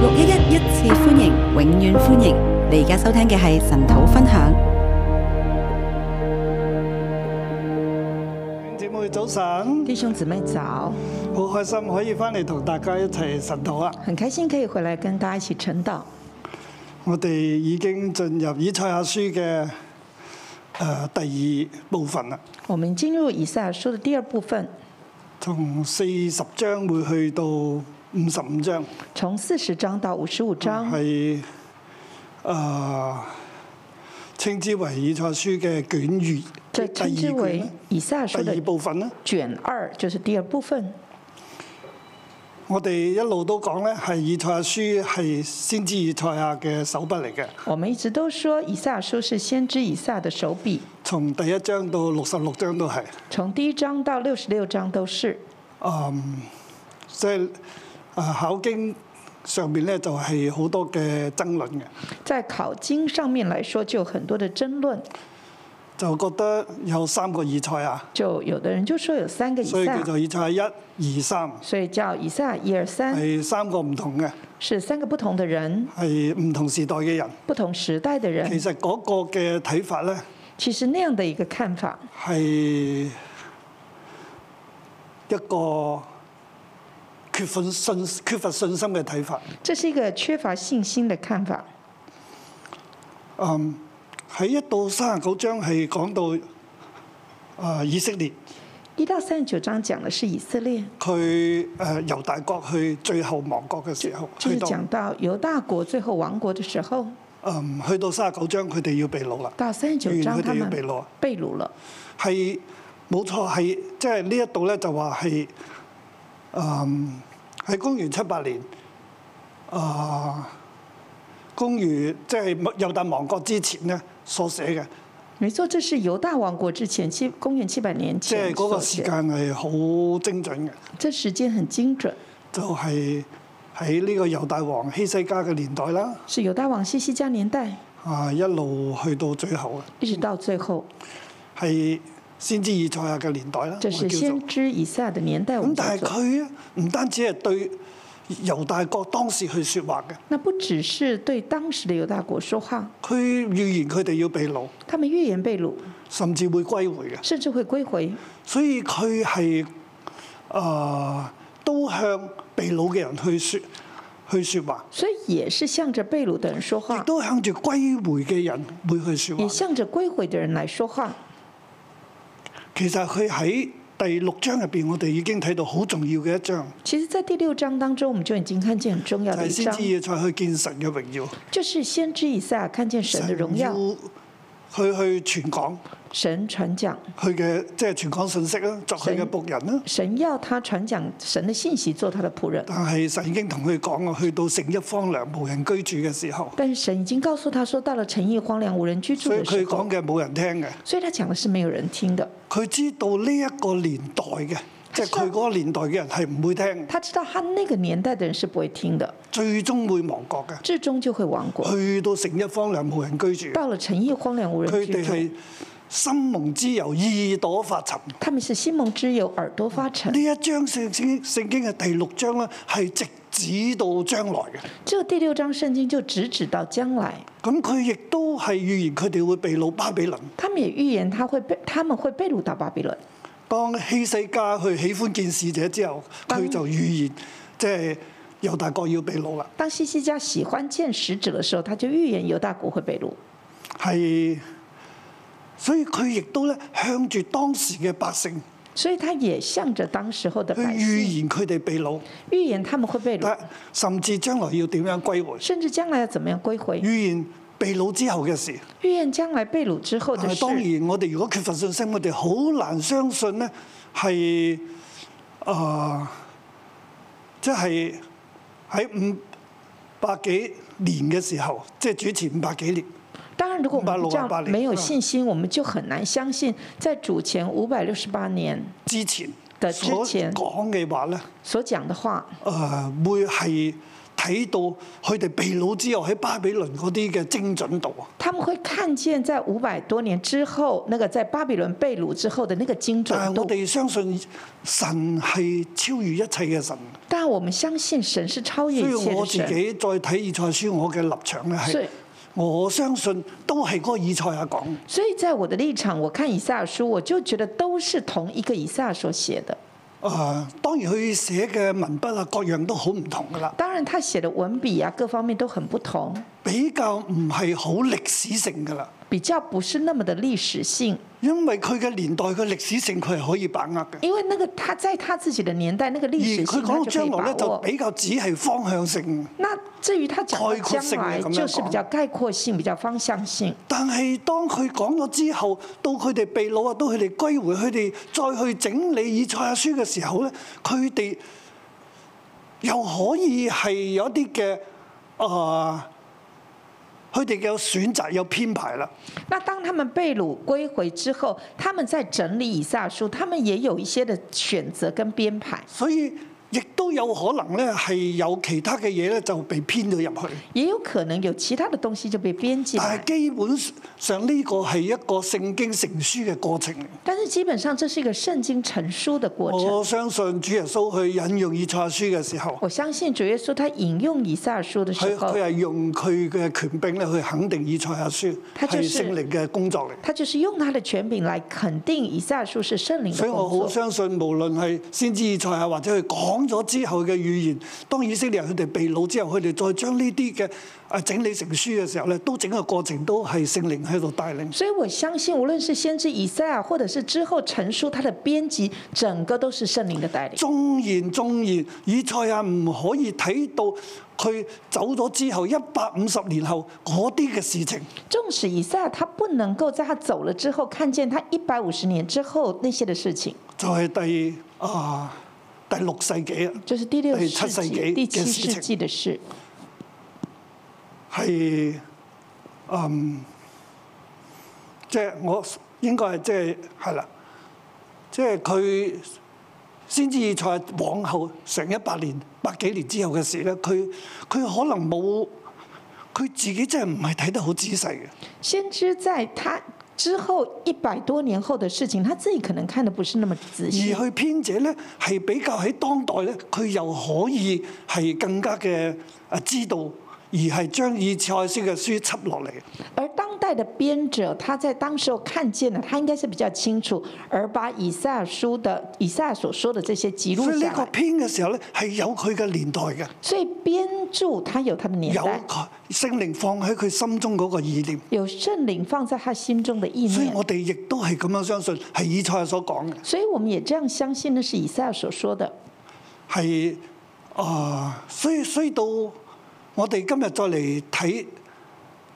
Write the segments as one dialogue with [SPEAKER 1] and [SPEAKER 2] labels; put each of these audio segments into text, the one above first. [SPEAKER 1] 六一一一次歡迎，永遠歡迎！你而家收聽嘅係神土分享。
[SPEAKER 2] 姐妹早晨，
[SPEAKER 3] 弟兄姊妹早，
[SPEAKER 2] 好開心可以翻嚟同大家一齊晨禱啊！
[SPEAKER 3] 很开心可以回来跟大家一起晨祷。
[SPEAKER 2] 我哋已經進入以賽亞書嘅誒、呃第二部分啦，
[SPEAKER 3] 我们进入以赛亚书的第二部分，
[SPEAKER 2] 從四十章會去到五十五章，
[SPEAKER 3] 从四十章到五十五
[SPEAKER 2] 哦
[SPEAKER 3] 章，
[SPEAKER 2] 係誒、呃稱之為以賽亞書嘅卷
[SPEAKER 3] 这
[SPEAKER 2] 二，
[SPEAKER 3] 称
[SPEAKER 2] 第
[SPEAKER 3] 之
[SPEAKER 2] 二卷
[SPEAKER 3] 为
[SPEAKER 2] 啦
[SPEAKER 3] 以赛亚书
[SPEAKER 2] 第
[SPEAKER 3] 的
[SPEAKER 2] 二部分啦。
[SPEAKER 3] 卷二，就是第二部分。
[SPEAKER 2] 我哋一路都講咧，係以賽亞書係先知以賽亞嘅手筆嚟嘅，
[SPEAKER 3] 我们一直都说以赛亚书是先知以赛亚的手笔，
[SPEAKER 2] 從第一章到六十六章都係。
[SPEAKER 3] 从第一章到六十六章都是。
[SPEAKER 2] 嗯，即係啊考經上面咧就係好多嘅爭論嘅，
[SPEAKER 3] 在考经上面来说，就有很多的争论，
[SPEAKER 2] 就覺得有三個以賽啊，
[SPEAKER 3] 就有的人就说有三个以
[SPEAKER 2] 所以
[SPEAKER 3] 赛
[SPEAKER 2] 叫
[SPEAKER 3] 亚，
[SPEAKER 2] 做以賽一、二、三，
[SPEAKER 3] 所以叫以赛亚一二三，
[SPEAKER 2] 係三個唔同嘅，
[SPEAKER 3] 是三个不同的人，
[SPEAKER 2] 係唔同時代嘅人。
[SPEAKER 3] 不同时代的人
[SPEAKER 2] 其。實嗰個嘅睇法咧
[SPEAKER 3] 其实那样的一个看法，
[SPEAKER 2] 係一個缺乏信缺乏信心嘅睇法。
[SPEAKER 3] 这是一个缺乏信心的看法。
[SPEAKER 2] 嗯，喺一到三十九章係講到啊、以色列。
[SPEAKER 3] 一到三十九章讲的是以色列，
[SPEAKER 2] 佢誒由大國去最後亡國嘅時候，
[SPEAKER 3] 就
[SPEAKER 2] 去
[SPEAKER 3] 是
[SPEAKER 2] 到
[SPEAKER 3] 讲到犹大国最后亡国的时候，
[SPEAKER 2] 嗯去到三十九章，佢哋要被擄啦，
[SPEAKER 3] 到三十九
[SPEAKER 2] 原來佢
[SPEAKER 3] 章他
[SPEAKER 2] 哋要
[SPEAKER 3] 们
[SPEAKER 2] 被擄，
[SPEAKER 3] 被掳了。
[SPEAKER 2] 係冇錯，係即係呢一度咧就話係嗯喺公元七八年啊、公元即係猶大亡國之前咧所寫嘅，
[SPEAKER 3] 没错，这是犹大王国之前七公元七百年
[SPEAKER 2] 即係
[SPEAKER 3] 前
[SPEAKER 2] 嗰個
[SPEAKER 3] 所
[SPEAKER 2] 時
[SPEAKER 3] 写，
[SPEAKER 2] 間係好精準嘅，
[SPEAKER 3] 这时间很精准，
[SPEAKER 2] 就係喺呢個猶大王希西家嘅年代啦，
[SPEAKER 3] 是犹大王西西家年代
[SPEAKER 2] 啊一路去到最後嘅。
[SPEAKER 3] 一直到最后，
[SPEAKER 2] 係先知以賽亞嘅年代啦，
[SPEAKER 3] 这
[SPEAKER 2] 我
[SPEAKER 3] 是
[SPEAKER 2] 哋叫做
[SPEAKER 3] 先知以赛亚的年嗯代。我
[SPEAKER 2] 咁
[SPEAKER 3] 们
[SPEAKER 2] 但
[SPEAKER 3] 叫
[SPEAKER 2] 係
[SPEAKER 3] 做
[SPEAKER 2] 佢唔單止係對猶大國當時去説話嘅，
[SPEAKER 3] 那不只是对当时的犹大国说话，
[SPEAKER 2] 佢預言佢哋要被擄，
[SPEAKER 3] 他们预言被掳，
[SPEAKER 2] 甚至會歸回嘅。
[SPEAKER 3] 甚至会归回，
[SPEAKER 2] 所以佢係啊都向被擄嘅人去説去説話，
[SPEAKER 3] 所以也是向着被掳的人说
[SPEAKER 2] 亦
[SPEAKER 3] 话。
[SPEAKER 2] 都向住歸回嘅人會去説
[SPEAKER 3] 也
[SPEAKER 2] 話。
[SPEAKER 3] 向着归回的人来说话。
[SPEAKER 2] 其實佢喺第六章入邊，我哋已經睇到好重要嘅一章，
[SPEAKER 3] 其实，在第六章当中，我们就已经看见很重要
[SPEAKER 2] 就
[SPEAKER 3] 的
[SPEAKER 2] 係
[SPEAKER 3] 一
[SPEAKER 2] 先
[SPEAKER 3] 章
[SPEAKER 2] 知，以賽去見神嘅榮耀，
[SPEAKER 3] 就是先知以赛亚看见神的荣耀，
[SPEAKER 2] 神要去去傳講。
[SPEAKER 3] 神傳讲，
[SPEAKER 2] 佢嘅即係傳講信息啦，作佢嘅
[SPEAKER 3] 神
[SPEAKER 2] 仆人啦。
[SPEAKER 3] 神要他傳講神的信息，做他的仆人。
[SPEAKER 2] 但係神已經同佢講啊，去到城邑荒涼無人居住嘅時候，
[SPEAKER 3] 但是神已经告诉他说，到了城邑荒凉无人居住
[SPEAKER 2] 所以
[SPEAKER 3] 的
[SPEAKER 2] 佢
[SPEAKER 3] 时候
[SPEAKER 2] 講，嘅冇人聽嘅。
[SPEAKER 3] 所以他講的是没有人听的。
[SPEAKER 2] 佢知道呢一個年代嘅，即係佢嗰個年代嘅人係唔會聽，
[SPEAKER 3] 他知道他那个年代的人是不会听的，
[SPEAKER 2] 最終會亡國嘅。
[SPEAKER 3] 最終就会亡国。
[SPEAKER 2] 去到城邑荒涼無人居住，
[SPEAKER 3] 到了城邑荒凉无
[SPEAKER 2] 佢
[SPEAKER 3] 人居
[SPEAKER 2] 哋
[SPEAKER 3] 住，
[SPEAKER 2] 係心蒙之油，耳朵發沉。
[SPEAKER 3] 他们是心蒙之友，耳朵发沉
[SPEAKER 2] 呢。一章聖經聖經嘅第六章咧，係直指到將來嘅。
[SPEAKER 3] 这第六章圣经就直指到将来。
[SPEAKER 2] 咁佢亦都係預言佢哋會被擄巴比倫。
[SPEAKER 3] 他们也预言他会被他们会被掳到巴比伦。
[SPEAKER 2] 當希西家去喜歡見使者之後，
[SPEAKER 3] 當
[SPEAKER 2] 佢就預言即係猶大國要被擄啦，
[SPEAKER 3] 当西西家喜欢见使者的时候，他就预言犹大国会被掳，
[SPEAKER 2] 係，所以佢亦都咧向住當時嘅百姓
[SPEAKER 3] 所以他也向着当时候的
[SPEAKER 2] 去
[SPEAKER 3] 百
[SPEAKER 2] 預
[SPEAKER 3] 姓
[SPEAKER 2] 言佢哋被擄，
[SPEAKER 3] 预言他们会被掳，
[SPEAKER 2] 但甚至將來要點樣歸回，
[SPEAKER 3] 甚至将来要怎么样归回，
[SPEAKER 2] 預言被擄之後嘅事。
[SPEAKER 3] 预言将来被掳之后
[SPEAKER 2] 但
[SPEAKER 3] 的
[SPEAKER 2] 啊係當
[SPEAKER 3] 事。
[SPEAKER 2] 然，我哋如果缺乏信心，我哋好難相信咧係啊，即係喺五百幾年嘅時候，即係主前五百幾年。
[SPEAKER 3] 当然，如果我们这
[SPEAKER 2] 568
[SPEAKER 3] 样
[SPEAKER 2] 年
[SPEAKER 3] 没有信心，我们就很难相信在主前五百六十八年
[SPEAKER 2] 之前
[SPEAKER 3] 嘅之
[SPEAKER 2] 所
[SPEAKER 3] 前
[SPEAKER 2] 講嘅話咧，誒、
[SPEAKER 3] 所讲的话
[SPEAKER 2] 啊會係睇到佢哋被擄之後喺巴比倫嗰啲嘅精準度啊！
[SPEAKER 3] 他们会看见在五百多年之后，那个在巴比伦被掳之后的那个
[SPEAKER 2] 但
[SPEAKER 3] 精准
[SPEAKER 2] 係我
[SPEAKER 3] 度。
[SPEAKER 2] 哋相信神係超越一切嘅神，
[SPEAKER 3] 但我们相信神是超越
[SPEAKER 2] 所以
[SPEAKER 3] 一切
[SPEAKER 2] 我
[SPEAKER 3] 的
[SPEAKER 2] 自
[SPEAKER 3] 神，
[SPEAKER 2] 己哎再睇以賽書，我嘅立場咧
[SPEAKER 3] 所
[SPEAKER 2] 係
[SPEAKER 3] 以
[SPEAKER 2] 我相信都係嗰個以賽亞講。
[SPEAKER 3] 所以在我的立场，我看以赛亚书，我就觉得都是同一个以赛亚所写的。
[SPEAKER 2] 誒、呃當然佢寫嘅文筆啊，各樣都好唔同噶啦，
[SPEAKER 3] 当然，他写的文笔啊，各方面都很不同，
[SPEAKER 2] 比較唔係好歷史性噶啦，
[SPEAKER 3] 比较不是那么的历史性。
[SPEAKER 2] 因為佢嘅年代嘅歷史性佢係可以把握嘅，
[SPEAKER 3] 因为那个他在他自己的年代，那个
[SPEAKER 2] 而
[SPEAKER 3] 历史
[SPEAKER 2] 佢
[SPEAKER 3] 性
[SPEAKER 2] 講
[SPEAKER 3] 他
[SPEAKER 2] 到
[SPEAKER 3] 就可
[SPEAKER 2] 將
[SPEAKER 3] 以
[SPEAKER 2] 來咧
[SPEAKER 3] 把
[SPEAKER 2] 就
[SPEAKER 3] 握。
[SPEAKER 2] 比較只係方向性，
[SPEAKER 3] 那至于他讲的
[SPEAKER 2] 概括性啊
[SPEAKER 3] 将来，
[SPEAKER 2] 咁樣
[SPEAKER 3] 就是比
[SPEAKER 2] 講
[SPEAKER 3] 较概括性、比较方向性。
[SPEAKER 2] 但係當佢講咗之後，到佢哋被擄啊，到佢哋歸回，佢哋再去整理以賽亞書嘅時候咧，佢哋又可以係有一啲嘅誒，呃佢哋嘅選擇有編排啦。
[SPEAKER 3] 那当他们被掳归回之后，他们在整理以赛亚书，他们也有一些的选择跟编排，
[SPEAKER 2] 所以亦都有可能咧係有其他嘅嘢咧就被編咗入去，
[SPEAKER 3] 也有可能有其他的东西就被编进
[SPEAKER 2] 但
[SPEAKER 3] 来
[SPEAKER 2] 係。基本上呢個係一個聖經成書嘅過程。
[SPEAKER 3] 但是基本上这是一个圣经成书的过程。
[SPEAKER 2] 我相信主耶穌去引用以賽亞書嘅時候，
[SPEAKER 3] 我相信主耶稣他引用以赛亚书的
[SPEAKER 2] 佢
[SPEAKER 3] 时候
[SPEAKER 2] 佢，係用佢嘅權柄咧去肯定以賽亞書
[SPEAKER 3] 他
[SPEAKER 2] 係
[SPEAKER 3] 就是
[SPEAKER 2] 聖靈嘅工作嚟。
[SPEAKER 3] 他就是用他的权柄来肯定以赛亚书是圣灵
[SPEAKER 2] 所
[SPEAKER 3] 的
[SPEAKER 2] 以我好
[SPEAKER 3] 工作。
[SPEAKER 2] 相信，無論係先知以賽亞或者佢講咗之後嘅語言，當以色列人佢哋被擄之後，佢哋再將呢啲嘅誒整理成書嘅時候咧，都整個過程都係聖靈喺度帶領。
[SPEAKER 3] 所以我相信，无论是先知以赛亚，或者是之后成书他的编辑，整个都是圣灵的带领。
[SPEAKER 2] 縱然縱然，以賽亞唔可以睇到佢走咗之後一百五十年後嗰啲嘅事情，
[SPEAKER 3] 纵使以赛亚他不能够在他走了之后看见他一百五十年之后那些的事情，
[SPEAKER 2] 就係、第啊第六世紀啊，
[SPEAKER 3] 就是第六
[SPEAKER 2] 第
[SPEAKER 3] 世
[SPEAKER 2] 七世
[SPEAKER 3] 纪、
[SPEAKER 2] 纪
[SPEAKER 3] 第
[SPEAKER 2] 嘅
[SPEAKER 3] 七
[SPEAKER 2] 事情
[SPEAKER 3] 世纪的事。
[SPEAKER 2] 係嗯，即係我應該係即係係啦，即係佢先至以賽亞往後成一百年、百幾年之後嘅事咧，佢佢可能冇佢自己真係唔係睇得好仔細嘅。
[SPEAKER 3] 先知在他之后一百多年后的事情，他自己可能看的不是那么仔细。
[SPEAKER 2] 而去編者咧係比較喺當代咧，佢又可以係更加嘅誒知道，而係將以賽書嘅書輯落嚟。
[SPEAKER 3] 而当代的编者，他在当时候看见了，他应该是比较清楚，而把以赛亚书的以赛亚所说的这些记录
[SPEAKER 2] 所以呢
[SPEAKER 3] 下
[SPEAKER 2] 個
[SPEAKER 3] 来。
[SPEAKER 2] 編嘅時候咧係有佢嘅年代嘅，
[SPEAKER 3] 所以编著他有他的年
[SPEAKER 2] 有
[SPEAKER 3] 代，
[SPEAKER 2] 佢聖靈放喺佢心中嗰個意念。
[SPEAKER 3] 有圣灵放在他心中的意
[SPEAKER 2] 所以
[SPEAKER 3] 念。
[SPEAKER 2] 我哋亦都係咁樣相信，係以賽所講嘅，
[SPEAKER 3] 所以我们也这样相信，那是以赛亚所说的。
[SPEAKER 2] 係啊、所以所以到我哋今日再嚟睇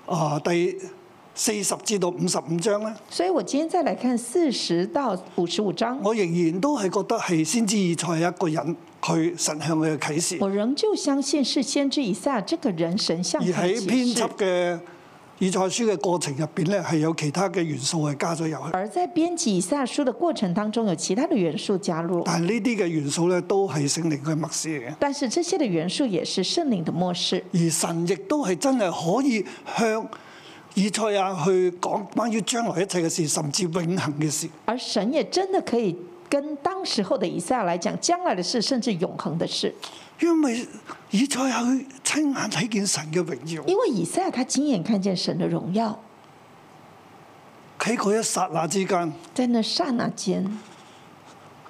[SPEAKER 2] 啊第四十至到五十五章咧，
[SPEAKER 3] 所以我今天再来看四十到五十五章，
[SPEAKER 2] 我仍然都係覺得係先知以賽一個人，佢神向佢嘅啟示，
[SPEAKER 3] 我仍旧相信是先知以赛亚这个人神像
[SPEAKER 2] 而
[SPEAKER 3] 他的
[SPEAKER 2] 喺
[SPEAKER 3] 启
[SPEAKER 2] 編
[SPEAKER 3] 示
[SPEAKER 2] 輯。嘅以賽書嘅過程入邊咧，係有其他嘅元素係加咗入去，
[SPEAKER 3] 而在编辑以赛亚书的过程当中，有其他的元素加入，
[SPEAKER 2] 但係呢啲嘅元素咧都係聖靈嘅默示嚟嘅。
[SPEAKER 3] 但是这些的元素也是圣灵的漠视。
[SPEAKER 2] 而神亦都係真係可以向以賽亞去講關於將來一切嘅事，甚至永恆嘅事。
[SPEAKER 3] 而神也真的可以跟当时候的以赛亚来讲将来的事，甚至永恒的事，
[SPEAKER 2] 因為以賽亞佢親眼睇見神嘅榮耀，
[SPEAKER 3] 因为以赛亚他亲眼看见神的荣耀，
[SPEAKER 2] 喺嗰一剎那之間，
[SPEAKER 3] 在那刹那间，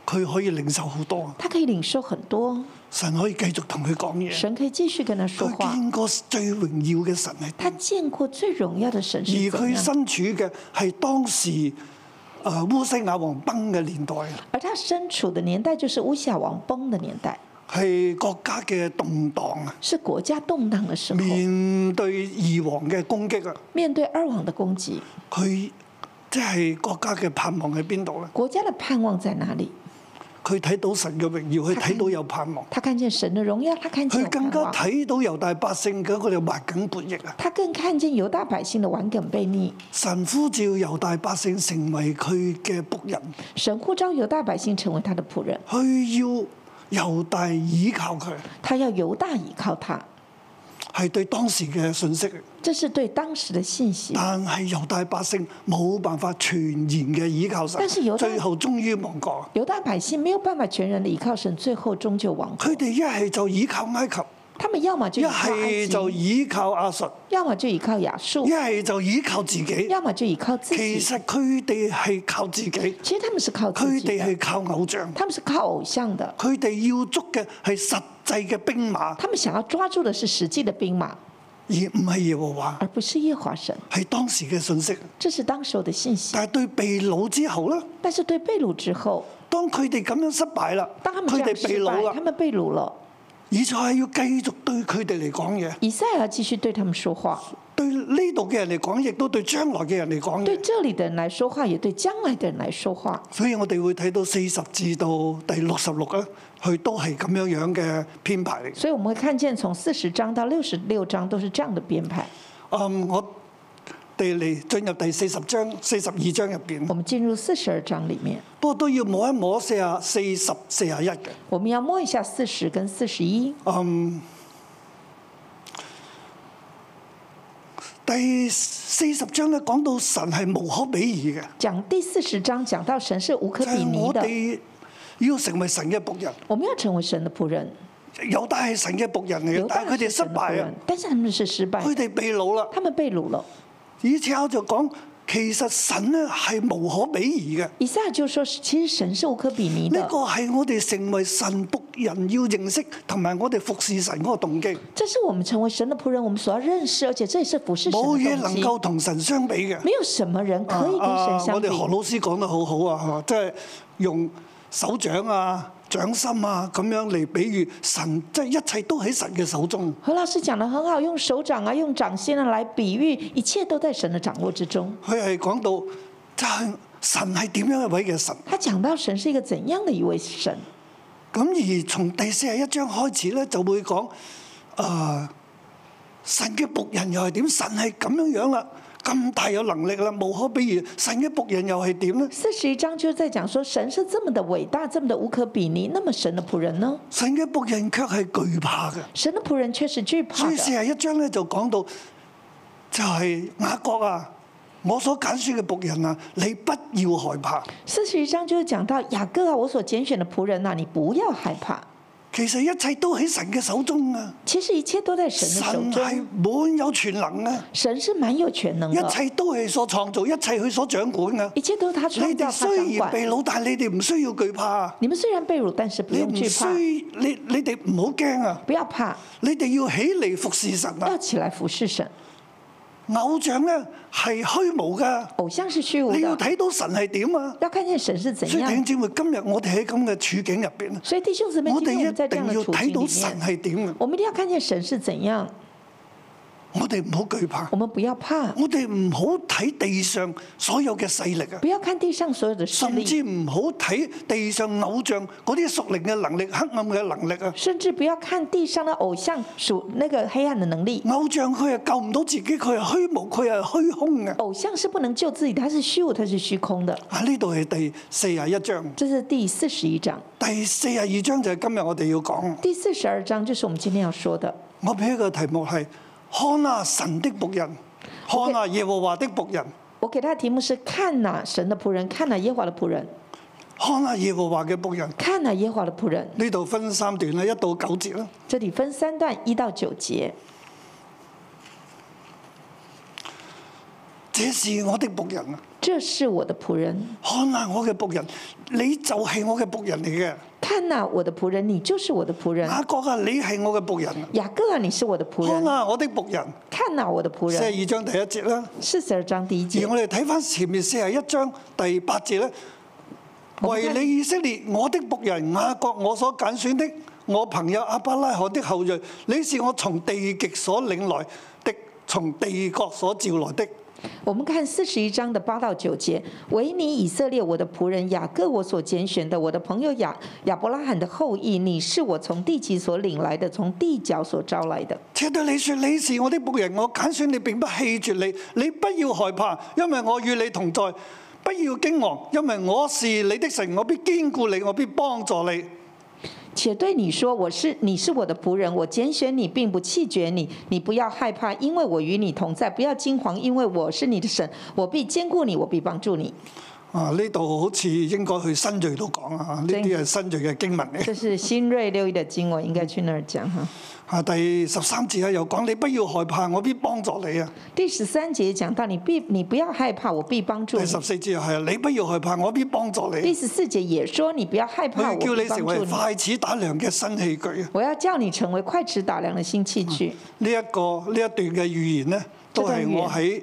[SPEAKER 2] 佢可以領受好多，
[SPEAKER 3] 他可以领受很多，
[SPEAKER 2] 神可以繼續同佢講嘢。
[SPEAKER 3] 神可以继续跟他说
[SPEAKER 2] 佢
[SPEAKER 3] 话。
[SPEAKER 2] 見過最榮耀嘅神係
[SPEAKER 3] 他
[SPEAKER 2] 點，
[SPEAKER 3] 见过最荣耀的神啊
[SPEAKER 2] 而
[SPEAKER 3] 是怎
[SPEAKER 2] 佢
[SPEAKER 3] 样，
[SPEAKER 2] 身處嘅係當時啊烏西亞王崩嘅年代，
[SPEAKER 3] 而他身处的年代就是乌夏王崩的年代，
[SPEAKER 2] 係國家嘅動盪啊，
[SPEAKER 3] 是国家动荡的时候，
[SPEAKER 2] 面對二王嘅攻擊啊。
[SPEAKER 3] 面对二王的攻击。
[SPEAKER 2] 佢即係國家嘅盼望喺邊度咧？
[SPEAKER 3] 国家的盼望在哪里？
[SPEAKER 2] 佢睇到神嘅榮耀，佢睇到有盼望，
[SPEAKER 3] 他看见神的荣耀，他看见
[SPEAKER 2] 佢
[SPEAKER 3] 有
[SPEAKER 2] 更
[SPEAKER 3] 盼
[SPEAKER 2] 加
[SPEAKER 3] 望，
[SPEAKER 2] 睇到猶大百姓嘅佢哋滑緊叛逆啊！
[SPEAKER 3] 他更看见犹大百姓的顽梗悖逆。
[SPEAKER 2] 神呼召猶大百姓成為佢嘅仆人，
[SPEAKER 3] 神呼召犹大百姓成为他的仆人，
[SPEAKER 2] 佢要猶大倚靠佢，
[SPEAKER 3] 他要犹大倚靠他，
[SPEAKER 2] 係對當時嘅信息，
[SPEAKER 3] 这是对当时的信息。
[SPEAKER 2] 但係猶大百姓冇辦法全然嘅倚靠神
[SPEAKER 3] 但是猶，大
[SPEAKER 2] 最後終於亡國。
[SPEAKER 3] 犹大百姓没有办法全然的依靠神，最后终究亡
[SPEAKER 2] 佢
[SPEAKER 3] 国。
[SPEAKER 2] 哋一係就倚靠埃及，
[SPEAKER 3] 他们要么就
[SPEAKER 2] 一
[SPEAKER 3] 依靠埃
[SPEAKER 2] 係就
[SPEAKER 3] 及，
[SPEAKER 2] 倚靠亞述，
[SPEAKER 3] 要么就依靠亚述
[SPEAKER 2] 一，係就倚靠自己。
[SPEAKER 3] 要么就依靠自己
[SPEAKER 2] 其。實佢哋係靠自己，佢
[SPEAKER 3] 其实他们是靠自己
[SPEAKER 2] 哋
[SPEAKER 3] 的，
[SPEAKER 2] 係靠偶像，
[SPEAKER 3] 他们是靠偶像的。
[SPEAKER 2] 佢哋要捉嘅係實際嘅兵馬，
[SPEAKER 3] 他们想要抓住的是实际的兵马，
[SPEAKER 2] 而唔係耶和華，
[SPEAKER 3] 而不是耶和华神。
[SPEAKER 2] 係當時嘅信息。
[SPEAKER 3] 这是当时候的信息。
[SPEAKER 2] 但係對被掳之後咧，
[SPEAKER 3] 但是对被掳之后，
[SPEAKER 2] 當佢哋咁樣失敗啦，
[SPEAKER 3] 当他
[SPEAKER 2] 佢
[SPEAKER 3] 们这样
[SPEAKER 2] 哋被
[SPEAKER 3] 失
[SPEAKER 2] 掳
[SPEAKER 3] 败，他
[SPEAKER 2] 啦，
[SPEAKER 3] 们被掳了，
[SPEAKER 2] 以賽係要繼續對佢哋嚟講嘢，
[SPEAKER 3] 以赛亚继续对他们说话，
[SPEAKER 2] 對呢度嘅人嚟講，亦都對將來嘅人嚟講
[SPEAKER 3] 对
[SPEAKER 2] 嘢。
[SPEAKER 3] 这里的人来说話，也对将来的人来说話。
[SPEAKER 2] 所以我哋會睇到四十至到第六十六咧，佢都係咁樣樣嘅編排嚟。
[SPEAKER 3] 所以我们会看见，从四十章到六十六章都是这样的编排。
[SPEAKER 2] 嗯，我哋嚟進入第四十章、四十二章入
[SPEAKER 3] 我
[SPEAKER 2] 邊，
[SPEAKER 3] 们进入四十二章里面，
[SPEAKER 2] 不過都要摸一摸四啊、四十、四啊一嘅。
[SPEAKER 3] 我们要摸一下四十跟四十一。
[SPEAKER 2] 嗯，第四十章咧講到神係無可比擬嘅，
[SPEAKER 3] 讲第四十章讲到神是无可
[SPEAKER 2] 就係
[SPEAKER 3] 比拟
[SPEAKER 2] 我
[SPEAKER 3] 的，
[SPEAKER 2] 哋要成為神嘅仆人。
[SPEAKER 3] 我们要成为神的仆人。
[SPEAKER 2] 猶大係神嘅仆人嚟嘅
[SPEAKER 3] 犹，
[SPEAKER 2] 但
[SPEAKER 3] 大
[SPEAKER 2] 係佢哋
[SPEAKER 3] 是
[SPEAKER 2] 失
[SPEAKER 3] 神的仆
[SPEAKER 2] 敗啊
[SPEAKER 3] 人，，但是他们是失败的
[SPEAKER 2] 佢，哋被掳啦。
[SPEAKER 3] 他们被掳了。
[SPEAKER 2] 以前我就講，其實神咧係無可比擬嘅，
[SPEAKER 3] 以赛亚就说，其实神是无可比拟
[SPEAKER 2] 呢
[SPEAKER 3] 的，
[SPEAKER 2] 個係我哋成為神仆人要認識同埋我哋服侍神嗰個動機，
[SPEAKER 3] 这是我们成为神的仆人，我们所要认识，而且这也是服侍神的
[SPEAKER 2] 冇
[SPEAKER 3] 动
[SPEAKER 2] 嘢能
[SPEAKER 3] 机。
[SPEAKER 2] 夠同神相比嘅。
[SPEAKER 3] 没有什么人可以跟神
[SPEAKER 2] 啊
[SPEAKER 3] 相
[SPEAKER 2] 我
[SPEAKER 3] 比
[SPEAKER 2] 哋。何老師講得好好啊，係嘛即係用手掌啊、掌心啊咁樣嚟比喻神，即係一切都喺神嘅手中。
[SPEAKER 3] 何老师讲的很好，用手掌啊，用掌心啊来比喻，一切都在神的掌握之中。
[SPEAKER 2] 佢係講到，就係神係點樣一位嘅神。
[SPEAKER 3] 他讲到神是一个怎样的一位神，
[SPEAKER 2] 咁而從第四十一章開始咧，就會講誒、呃神嘅仆人又係點？神係咁樣樣啦，咁大有能力啦，無可比喻。神嘅仆人又係點咧？
[SPEAKER 3] 四十一章就是在讲说神是这么的伟大，这么的无可比拟。那么神的仆人呢？
[SPEAKER 2] 神嘅仆人卻係懼怕嘅。
[SPEAKER 3] 神的仆人却是惧怕
[SPEAKER 2] 所以四
[SPEAKER 3] 的。
[SPEAKER 2] 十一章咧就講到，就係、雅各啊，我所揀選嘅仆人啊，你不要害怕。
[SPEAKER 3] 四十一章就是讲到雅各啊，我所拣选的仆人呐、啊你不要害怕。
[SPEAKER 2] 其實一切都喺神嘅手中啊，
[SPEAKER 3] 其实一切都在神的手
[SPEAKER 2] 神係
[SPEAKER 3] 中，
[SPEAKER 2] 滿有全能啊，
[SPEAKER 3] 神是蛮有全能
[SPEAKER 2] 一
[SPEAKER 3] 的，
[SPEAKER 2] 切都係所創造，一切佢所掌管啊。
[SPEAKER 3] 一切都是
[SPEAKER 2] 你
[SPEAKER 3] 他创造、
[SPEAKER 2] 哋
[SPEAKER 3] 他
[SPEAKER 2] 雖
[SPEAKER 3] 掌
[SPEAKER 2] 然
[SPEAKER 3] 管。
[SPEAKER 2] 被擄，但係你哋唔需要懼怕啊，
[SPEAKER 3] 你们虽然被掳，但是不
[SPEAKER 2] 你
[SPEAKER 3] 用
[SPEAKER 2] 唔
[SPEAKER 3] 惧
[SPEAKER 2] 需
[SPEAKER 3] 怕，
[SPEAKER 2] 你你哋唔好驚啊，
[SPEAKER 3] 不要怕，
[SPEAKER 2] 你哋要起嚟服侍神啊
[SPEAKER 3] 要。起来服侍神。
[SPEAKER 2] 偶像咧係虛無㗎，
[SPEAKER 3] 偶像是虚无
[SPEAKER 2] 你要
[SPEAKER 3] 的，
[SPEAKER 2] 睇到神係點啊。
[SPEAKER 3] 要看见神是怎
[SPEAKER 2] 哎所以弟兄
[SPEAKER 3] 样。
[SPEAKER 2] 姊妹，今日我哋喺咁嘅處境入邊咧。
[SPEAKER 3] 所以弟兄姊妹，
[SPEAKER 2] 我
[SPEAKER 3] 今
[SPEAKER 2] 哋
[SPEAKER 3] 天
[SPEAKER 2] 一
[SPEAKER 3] 我们在这
[SPEAKER 2] 定
[SPEAKER 3] 样
[SPEAKER 2] 要
[SPEAKER 3] 的处境
[SPEAKER 2] 睇
[SPEAKER 3] 里
[SPEAKER 2] 到神
[SPEAKER 3] 面，
[SPEAKER 2] 係點嘅，
[SPEAKER 3] 我们一定要看见神是怎样，
[SPEAKER 2] 我哋唔好懼怕，
[SPEAKER 3] 我们不要怕，
[SPEAKER 2] 我哋唔好睇地上所有嘅勢力啊
[SPEAKER 3] 不，要看地上所有的势
[SPEAKER 2] 甚
[SPEAKER 3] 力，
[SPEAKER 2] 至唔好睇地上偶像嗰啲屬靈嘅能力、黑暗嘅能力啊。
[SPEAKER 3] 甚至不要看地上的偶像属那个黑暗的能力。
[SPEAKER 2] 偶像佢係救唔到自己，佢係虛無，佢係虛空嘅。
[SPEAKER 3] 偶像是不能救自己的，它是虚无，它是虚空的。
[SPEAKER 2] 啊，呢度係第四十一章，
[SPEAKER 3] 这是第四十一章，
[SPEAKER 2] 第四十二章就係今日我哋要講。
[SPEAKER 3] 第四十二章就是我们今天要说的。
[SPEAKER 2] 我俾一個題目係：看啊，神的仆人，看啊，耶和華的仆人，
[SPEAKER 3] 我给他的题目是：看哪、神的仆人，看哪、耶和华的仆人，
[SPEAKER 2] 看啊，耶和華嘅仆人。
[SPEAKER 3] 看哪、耶和华的仆人。
[SPEAKER 2] 呢度分三段啦，一到九節啦。
[SPEAKER 3] 这里分三段，一到九节。
[SPEAKER 2] 這是我的仆人啊！
[SPEAKER 3] 这是我的仆人，
[SPEAKER 2] 看下我嘅仆人，你就係我嘅仆人嚟嘅。
[SPEAKER 3] 看哪、我的仆人，你就是我的仆人。
[SPEAKER 2] 雅各啊，你係我嘅仆人啊。
[SPEAKER 3] 雅各啊，你是我的仆
[SPEAKER 2] 看啊
[SPEAKER 3] 人，
[SPEAKER 2] 下我的仆人，
[SPEAKER 3] 看哪、我的仆
[SPEAKER 2] 四十
[SPEAKER 3] 人。
[SPEAKER 2] 二章第一節啦。
[SPEAKER 3] 四十二章第一
[SPEAKER 2] 而
[SPEAKER 3] 节，
[SPEAKER 2] 我哋睇翻前面四十一章第八節咧，
[SPEAKER 3] 我覺
[SPEAKER 2] 為
[SPEAKER 3] 得
[SPEAKER 2] 你以色列我的仆人雅各，我所揀選的，我朋友阿伯拉罕的後裔，你是我從地極所領來的，從地國所召來的。
[SPEAKER 3] 我们看四十一章的八到九节，维尼以色列我的仆人雅各，我所拣选的，我的朋友雅亚伯拉罕的后裔，你是我从地极所领来的，从地角所招来的。
[SPEAKER 2] 且對你說：你是我的仆人，我揀選你，並不棄絕你。你不要害怕，因為我與你同在；不要驚惶，因為我是你的神，我必堅固你，我必幫助你。
[SPEAKER 3] 且对你说：“我是你是我的仆人，我拣选你，并不弃绝你。你不要害怕，因为我与你同在；不要惊惶，因为我是你的神，我必兼顾你，我必帮助你。
[SPEAKER 2] 啊，呢度好似應該去新锐度講啊，呢啲係新锐嘅經文”嚟。
[SPEAKER 3] 这是新锐六一的经文，应该去那儿讲哈。
[SPEAKER 2] 啊，第十三節啊，又講你不要害怕，我必幫助你啊。
[SPEAKER 3] 第十三节讲到你必你不要害怕，我必帮助
[SPEAKER 2] 第
[SPEAKER 3] 你。
[SPEAKER 2] 十四節又係你不要害怕，我必幫助
[SPEAKER 3] 第
[SPEAKER 2] 你。
[SPEAKER 3] 十四节也说你不要害
[SPEAKER 2] 我
[SPEAKER 3] 怕，
[SPEAKER 2] 要
[SPEAKER 3] 我
[SPEAKER 2] 叫
[SPEAKER 3] 必
[SPEAKER 2] 你成
[SPEAKER 3] 帮助
[SPEAKER 2] 為
[SPEAKER 3] 你。
[SPEAKER 2] 快似打量嘅新器具啊！
[SPEAKER 3] 我要叫你成为快尺打量的新器具。
[SPEAKER 2] 呢、一個呢一段嘅預言呢，都係我喺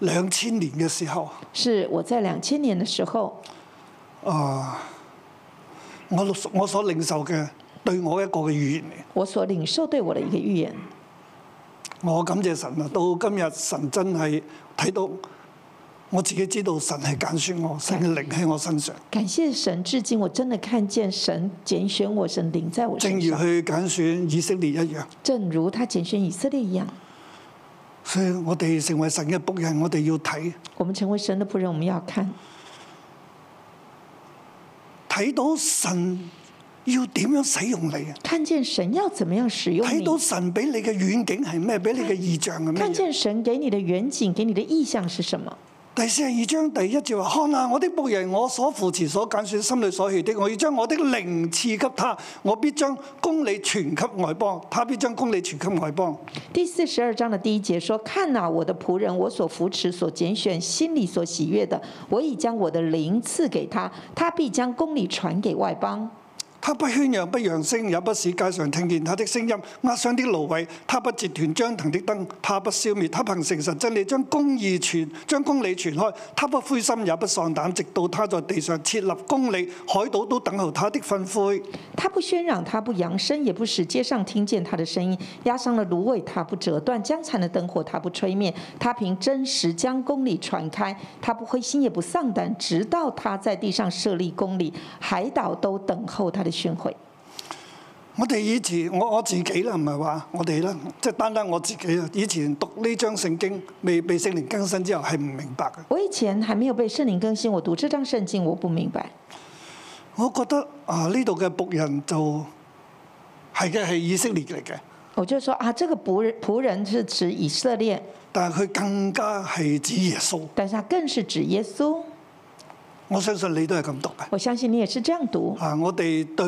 [SPEAKER 2] 兩千年嘅時候，
[SPEAKER 3] 是我在两千年的时候，
[SPEAKER 2] 我我所領受嘅對我一個嘅預言嚟。
[SPEAKER 3] 我所领受对我的一个预言。
[SPEAKER 2] 我感謝神啊！到今日神真係睇到我自己知道神係揀選我，神嘅靈喺我身上，
[SPEAKER 3] 感谢神，至今我真的看见神拣选我，神领在我
[SPEAKER 2] 正
[SPEAKER 3] 身
[SPEAKER 2] 如
[SPEAKER 3] 上，
[SPEAKER 2] 佢揀選以色列一樣。
[SPEAKER 3] 正如他拣选以色列一样。
[SPEAKER 2] 所以我哋成為神嘅仆人，我哋要睇
[SPEAKER 3] 我们成为神的仆人，我们要看
[SPEAKER 2] 睇到神要點樣使用你啊！
[SPEAKER 3] 看见神要怎么样使用
[SPEAKER 2] 睇
[SPEAKER 3] 你，
[SPEAKER 2] 到神俾你嘅遠景係咩？俾你嘅意象係咩
[SPEAKER 3] 看
[SPEAKER 2] 嘢？
[SPEAKER 3] 见神给你的远景，给你的意向是什么。
[SPEAKER 2] 第四十二章第一節話：看啊，我的仆人，我所扶持、所揀選、心裏所喜的，我要將我的靈賜給他，我必將公理傳給外邦，他必將公理傳給外邦。
[SPEAKER 3] 第四十二章的第一节说：“看哪、我的仆人，我所扶持、所拣选、心里所喜悦的，我已将我的灵赐给他，他必将公理传给外邦。
[SPEAKER 2] 他不喧嚷，不揚聲，也不使街上聽見他的聲音。壓傷的蘆葦，他不折斷；將騰的燈，他不消滅。他憑誠實真理將公義傳，將公理傳開。他不灰心，也不喪膽，直到他在地上設立公理，海島都等候他的訓誨。
[SPEAKER 3] 他不喧嚷，他不扬声，也不使街上听见他的声音。压伤了芦苇，他不折断；江残的灯火，他不吹灭。他凭真实将公理传开，他不灰心，也不丧胆，直到他在地上设立公理，海岛都等候他的训诲。”
[SPEAKER 2] 我哋以前我我自己啦，唔係話我哋啦，即係單單我自己啊。以前讀呢章聖經未被聖靈更新之後係唔明白嘅。
[SPEAKER 3] 我以前还没有被圣灵更新，我读这张圣经，我不明白。
[SPEAKER 2] 我覺得啊，呢度嘅仆人就係嘅係以色列嚟嘅，
[SPEAKER 3] 我就说啊，这个仆人仆人是指以色列，
[SPEAKER 2] 但係佢更加係指耶穌。
[SPEAKER 3] 但是他更是指耶稣。
[SPEAKER 2] 我相信你都係咁讀嘅。
[SPEAKER 3] 我相信你也是这样读。
[SPEAKER 2] 啊，我哋對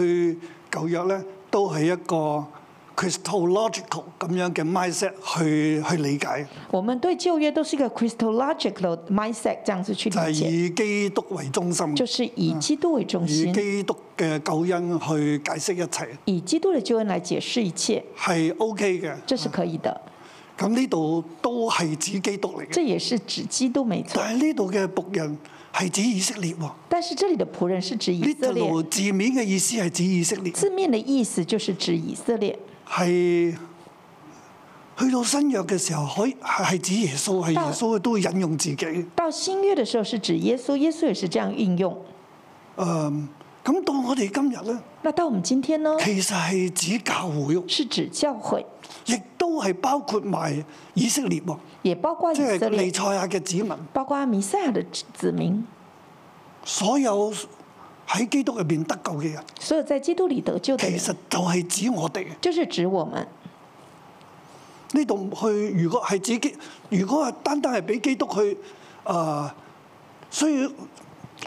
[SPEAKER 2] 舊約咧都係一個 Christological 咁樣嘅 mindset 去去理解，
[SPEAKER 3] 我们对旧约都是一个 Christological mindset 这样子去
[SPEAKER 2] 就係、
[SPEAKER 3] 理解，
[SPEAKER 2] 以基督為中心，
[SPEAKER 3] 就是以基督为中
[SPEAKER 2] 以
[SPEAKER 3] 心，
[SPEAKER 2] 基督嘅救恩去解釋一切
[SPEAKER 3] 以基督的救恩来解释一切，
[SPEAKER 2] 係 OK 嘅。
[SPEAKER 3] 这是可以的。
[SPEAKER 2] 咁呢度都係指基督嚟嘅，
[SPEAKER 3] 这也是指基督没错，
[SPEAKER 2] 但係呢度嘅仆人係指以色列喎。
[SPEAKER 3] 但是这里的仆人是指以
[SPEAKER 2] 呢
[SPEAKER 3] 色列，
[SPEAKER 2] 度字面嘅意思係指以色列，
[SPEAKER 3] 字面的意思就是指以色列。
[SPEAKER 2] 係去到新約嘅時候，可以係係指耶穌，係耶
[SPEAKER 3] 但
[SPEAKER 2] 穌都會引用自己。
[SPEAKER 3] 到新约的时候是指耶稣，耶稣也是这样运用。
[SPEAKER 2] 誒，嗯咁到我哋今日咧，
[SPEAKER 3] 那到我们今天呢，
[SPEAKER 2] 其實係指教會喎，
[SPEAKER 3] 是指教会，
[SPEAKER 2] 亦都係包括埋以色列喎，
[SPEAKER 3] 也包括以
[SPEAKER 2] 即係
[SPEAKER 3] 色列
[SPEAKER 2] 利。賽亞嘅子民，
[SPEAKER 3] 包括弥赛亚的子民，
[SPEAKER 2] 所有喺基督入邊得救嘅人，
[SPEAKER 3] 所有在基督里得救的
[SPEAKER 2] 其
[SPEAKER 3] 人，
[SPEAKER 2] 實就係指我哋。
[SPEAKER 3] 就是指我们。
[SPEAKER 2] 呢度去，如果係指基，如果係單單係俾基督去誒、呃所以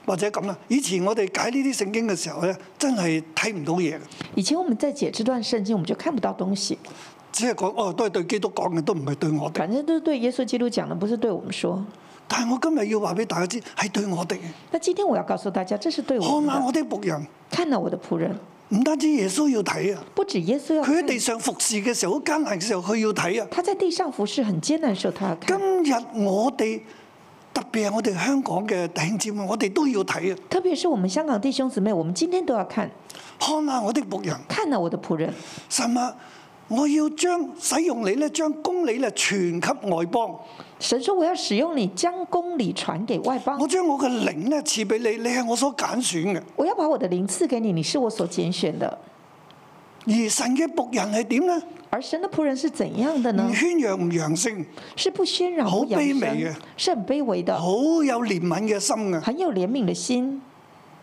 [SPEAKER 2] 或者咁啦。以前我哋解呢啲聖經嘅時候咧，真係睇唔到嘢嘅，
[SPEAKER 3] 以前我们在解这段聖經，我们就看不到東西，
[SPEAKER 2] 只係講哦，都係對基督講嘅，都唔係對我哋。
[SPEAKER 3] 反正都是对耶稣基督講的，不是对我们说。
[SPEAKER 2] 但係我今日要話俾大家知，係對我哋嘅。
[SPEAKER 3] 那今天我要告訴大家，这是对我
[SPEAKER 2] 看
[SPEAKER 3] 们
[SPEAKER 2] 下
[SPEAKER 3] 的。
[SPEAKER 2] 我啲仆人，
[SPEAKER 3] 看到我的仆人，
[SPEAKER 2] 唔單止耶穌要睇啊，
[SPEAKER 3] 不止耶穌要
[SPEAKER 2] 佢
[SPEAKER 3] 看
[SPEAKER 2] 喺，地上服侍嘅時候，好艱難嘅時候，佢要睇啊。
[SPEAKER 3] 他在地上服侍很艱難的時候，他要看。
[SPEAKER 2] 今日我哋特別係我哋香港嘅弟兄姊妹，我哋都要睇啊。
[SPEAKER 3] 特別是我們香港弟兄姊妹，我們今天都要看，
[SPEAKER 2] 看下我啲仆人。
[SPEAKER 3] 看到我的仆人，
[SPEAKER 2] 神啊，我要將使用你咧，將公理咧傳給外邦。
[SPEAKER 3] 神說：“我要使用你，將公理傳給外邦
[SPEAKER 2] 我。將我嘅靈咧賜俾你，你係我所揀選嘅。
[SPEAKER 3] 我要把我的靈賜給你，你是我所揀選的。
[SPEAKER 2] 而神嘅仆人係點咧？”
[SPEAKER 3] 而神的仆人是怎樣的呢
[SPEAKER 2] 唔？喧嚷，唔揚聲，
[SPEAKER 3] 是不喧嚷、
[SPEAKER 2] 好
[SPEAKER 3] 不扬
[SPEAKER 2] 卑微啊嘅，
[SPEAKER 3] 声是很卑微的，
[SPEAKER 2] 好有憐憫嘅心嘅。啊
[SPEAKER 3] 很有怜悯的心。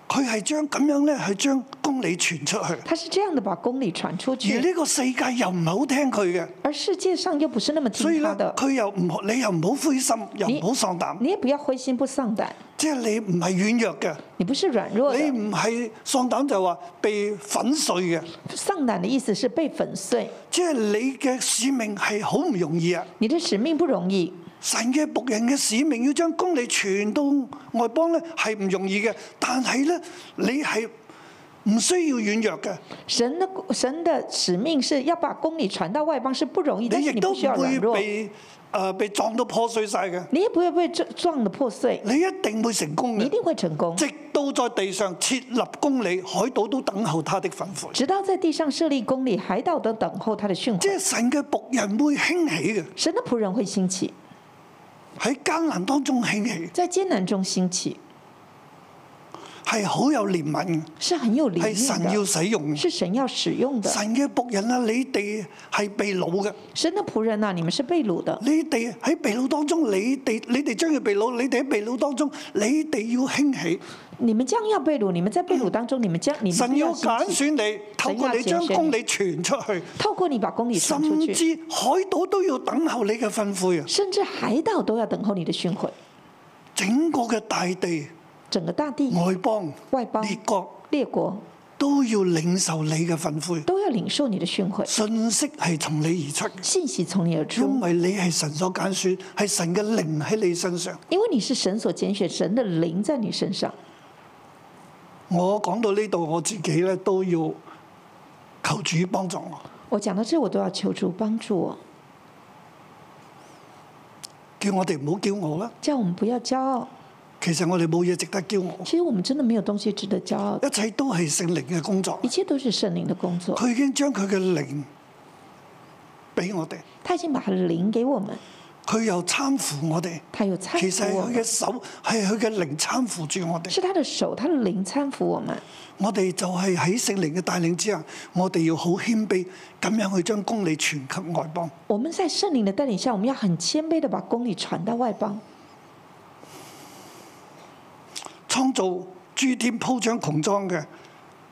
[SPEAKER 2] 佢係將咁樣咧，係將公理傳出去。
[SPEAKER 3] 他是这样的把公理傳出
[SPEAKER 2] 而
[SPEAKER 3] 去，
[SPEAKER 2] 呢個世界又唔係好聽佢嘅，
[SPEAKER 3] 而世界上又不是那么
[SPEAKER 2] 所以
[SPEAKER 3] 聽
[SPEAKER 2] 咧
[SPEAKER 3] 他的，
[SPEAKER 2] 佢又唔好，你又唔好灰心，又唔好喪膽，
[SPEAKER 3] 你也不要灰心不喪膽，
[SPEAKER 2] 即係你唔係軟弱嘅，
[SPEAKER 3] 你不是軟弱
[SPEAKER 2] 你
[SPEAKER 3] 的，
[SPEAKER 2] 唔係喪膽就話被粉碎嘅，
[SPEAKER 3] 喪膽的意思是被粉碎，
[SPEAKER 2] 即係你嘅使命係好唔容易啊！
[SPEAKER 3] 你的使命不容易，
[SPEAKER 2] 神嘅仆人嘅使命要將公理傳到外邦咧係唔容易嘅，但係咧你係唔需要軟弱嘅，
[SPEAKER 3] 神的神的使命是要把公理傳到外邦是不容易，但
[SPEAKER 2] 你
[SPEAKER 3] 是
[SPEAKER 2] 亦
[SPEAKER 3] 你
[SPEAKER 2] 都
[SPEAKER 3] 不
[SPEAKER 2] 唔
[SPEAKER 3] 需要
[SPEAKER 2] 會
[SPEAKER 3] 軟弱，
[SPEAKER 2] 被誒、呃被撞到破碎晒嘅，
[SPEAKER 3] 你也不会被撞撞的破碎，
[SPEAKER 2] 你一定會成功
[SPEAKER 3] 你一
[SPEAKER 2] 嘅。
[SPEAKER 3] 定会成功。
[SPEAKER 2] 直到在地上設立公理，海島都等候他的訓悔。
[SPEAKER 3] 直到在地上设立公理，海岛都等候他的训
[SPEAKER 2] 即
[SPEAKER 3] 诲。
[SPEAKER 2] 係神嘅仆人會興起嘅，
[SPEAKER 3] 神的仆人会兴起，
[SPEAKER 2] 喺艱難當中興起，
[SPEAKER 3] 在艰难中兴起，
[SPEAKER 2] 係好有憐憫嘅，
[SPEAKER 3] 是很有怜
[SPEAKER 2] 係哎神
[SPEAKER 3] 悯
[SPEAKER 2] 要
[SPEAKER 3] 的，
[SPEAKER 2] 使用嘅。
[SPEAKER 3] 是神要使用的。
[SPEAKER 2] 神嘅仆人啊，你哋係被掳嘅，
[SPEAKER 3] 神的仆人呐、你们是被掳的，
[SPEAKER 2] 你哋喺被掳當中，你哋你哋將要被掳，你哋喺被掳當中，你哋要興起。
[SPEAKER 3] 你们将要被掳，你们在被掳当中，你们将你们
[SPEAKER 2] 嗯神
[SPEAKER 3] 必
[SPEAKER 2] 要
[SPEAKER 3] 要
[SPEAKER 2] 揀
[SPEAKER 3] 兴起。
[SPEAKER 2] 選你，透過你將公理傳出去，
[SPEAKER 3] 透过你把公理
[SPEAKER 2] 甚
[SPEAKER 3] 传出去，
[SPEAKER 2] 至海島都要等候你嘅訓悔啊！
[SPEAKER 3] 甚至海岛都要等候你的训诲。
[SPEAKER 2] 整個嘅大地
[SPEAKER 3] 整个大地、
[SPEAKER 2] 外邦、
[SPEAKER 3] 外邦、
[SPEAKER 2] 列國。
[SPEAKER 3] 列國
[SPEAKER 2] 都要領受你嘅訓悔，
[SPEAKER 3] 都要领受你的训诲，
[SPEAKER 2] 信息係從你而出嘅，
[SPEAKER 3] 信息從你而
[SPEAKER 2] 因
[SPEAKER 3] 出，
[SPEAKER 2] 為你係神所揀選，係神嘅靈喺你身上。
[SPEAKER 3] 因为你是神所拣选，神的灵在你身上。
[SPEAKER 2] 我講到呢度，我自己咧都要求主幫助我，
[SPEAKER 3] 我讲到这，我都要求助帮助我，
[SPEAKER 2] 叫我哋唔好驕傲啦。
[SPEAKER 3] 叫我们不要骄傲。
[SPEAKER 2] 其實我哋冇嘢值得驕傲，
[SPEAKER 3] 其实我们真的没有东西值得骄傲的，
[SPEAKER 2] 一切都係聖靈嘅工作
[SPEAKER 3] 一。切都是圣灵的工作。
[SPEAKER 2] 佢已經將佢嘅靈俾我哋，
[SPEAKER 3] 他已经把灵给我们，
[SPEAKER 2] 佢又參扶我哋。
[SPEAKER 3] 他有搀
[SPEAKER 2] 其實係
[SPEAKER 3] 扶我
[SPEAKER 2] 佢嘅
[SPEAKER 3] 们，
[SPEAKER 2] 手，係佢嘅靈參扶住我哋。
[SPEAKER 3] 是他的手，他的灵搀扶我们。
[SPEAKER 2] 我哋就係喺聖靈嘅帶領之下，我哋要好謙卑咁樣去將公理傳給外邦。
[SPEAKER 3] 我们在圣灵的带领下，我们要很谦卑的把公理传到外邦，
[SPEAKER 2] 創造諸天鋪張穹蒼嘅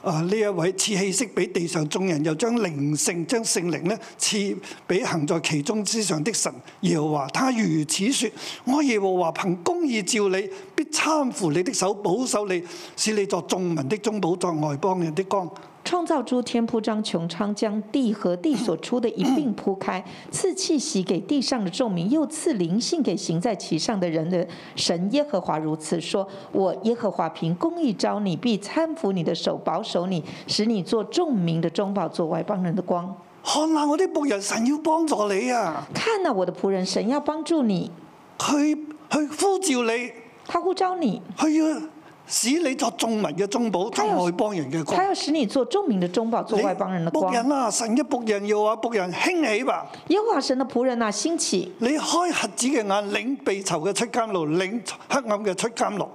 [SPEAKER 2] 啊呢一位賜氣息俾地上眾人，又將靈性將聖靈咧賜俾行在其中之上的神耶和華。他如此説：我耶和華憑公義照你，必參扶你的手，保守你，使你作眾民的中保，作外邦人的光。
[SPEAKER 3] 创造诸天铺张穹苍，将地和地所出的一并铺开，赐气息给地上的众民，又赐灵性给行在其上的人的神耶和华如此说：我耶和华凭公义招你，必搀扶你的手，保守你，使你做众民的中保，做外邦人的光。
[SPEAKER 2] 看下我啲仆人，神要幫助你啊！
[SPEAKER 3] 看呐、我的仆人，神要帮助你，
[SPEAKER 2] 佢去呼召你。
[SPEAKER 3] 他呼召你，
[SPEAKER 2] 佢要使你作眾民嘅中保，作
[SPEAKER 3] 他有
[SPEAKER 2] 外邦人嘅
[SPEAKER 3] 他
[SPEAKER 2] 光。
[SPEAKER 3] 要使你做众民的中保，做
[SPEAKER 2] 你
[SPEAKER 3] 外邦人的
[SPEAKER 2] 仆
[SPEAKER 3] 光。
[SPEAKER 2] 人啊，神嘅仆人要啊，仆人興起吧！
[SPEAKER 3] 耶和华神的仆人呐、啊兴起！
[SPEAKER 2] 你開瞎子嘅眼，領被囚嘅出監牢，領黑暗嘅出監牢。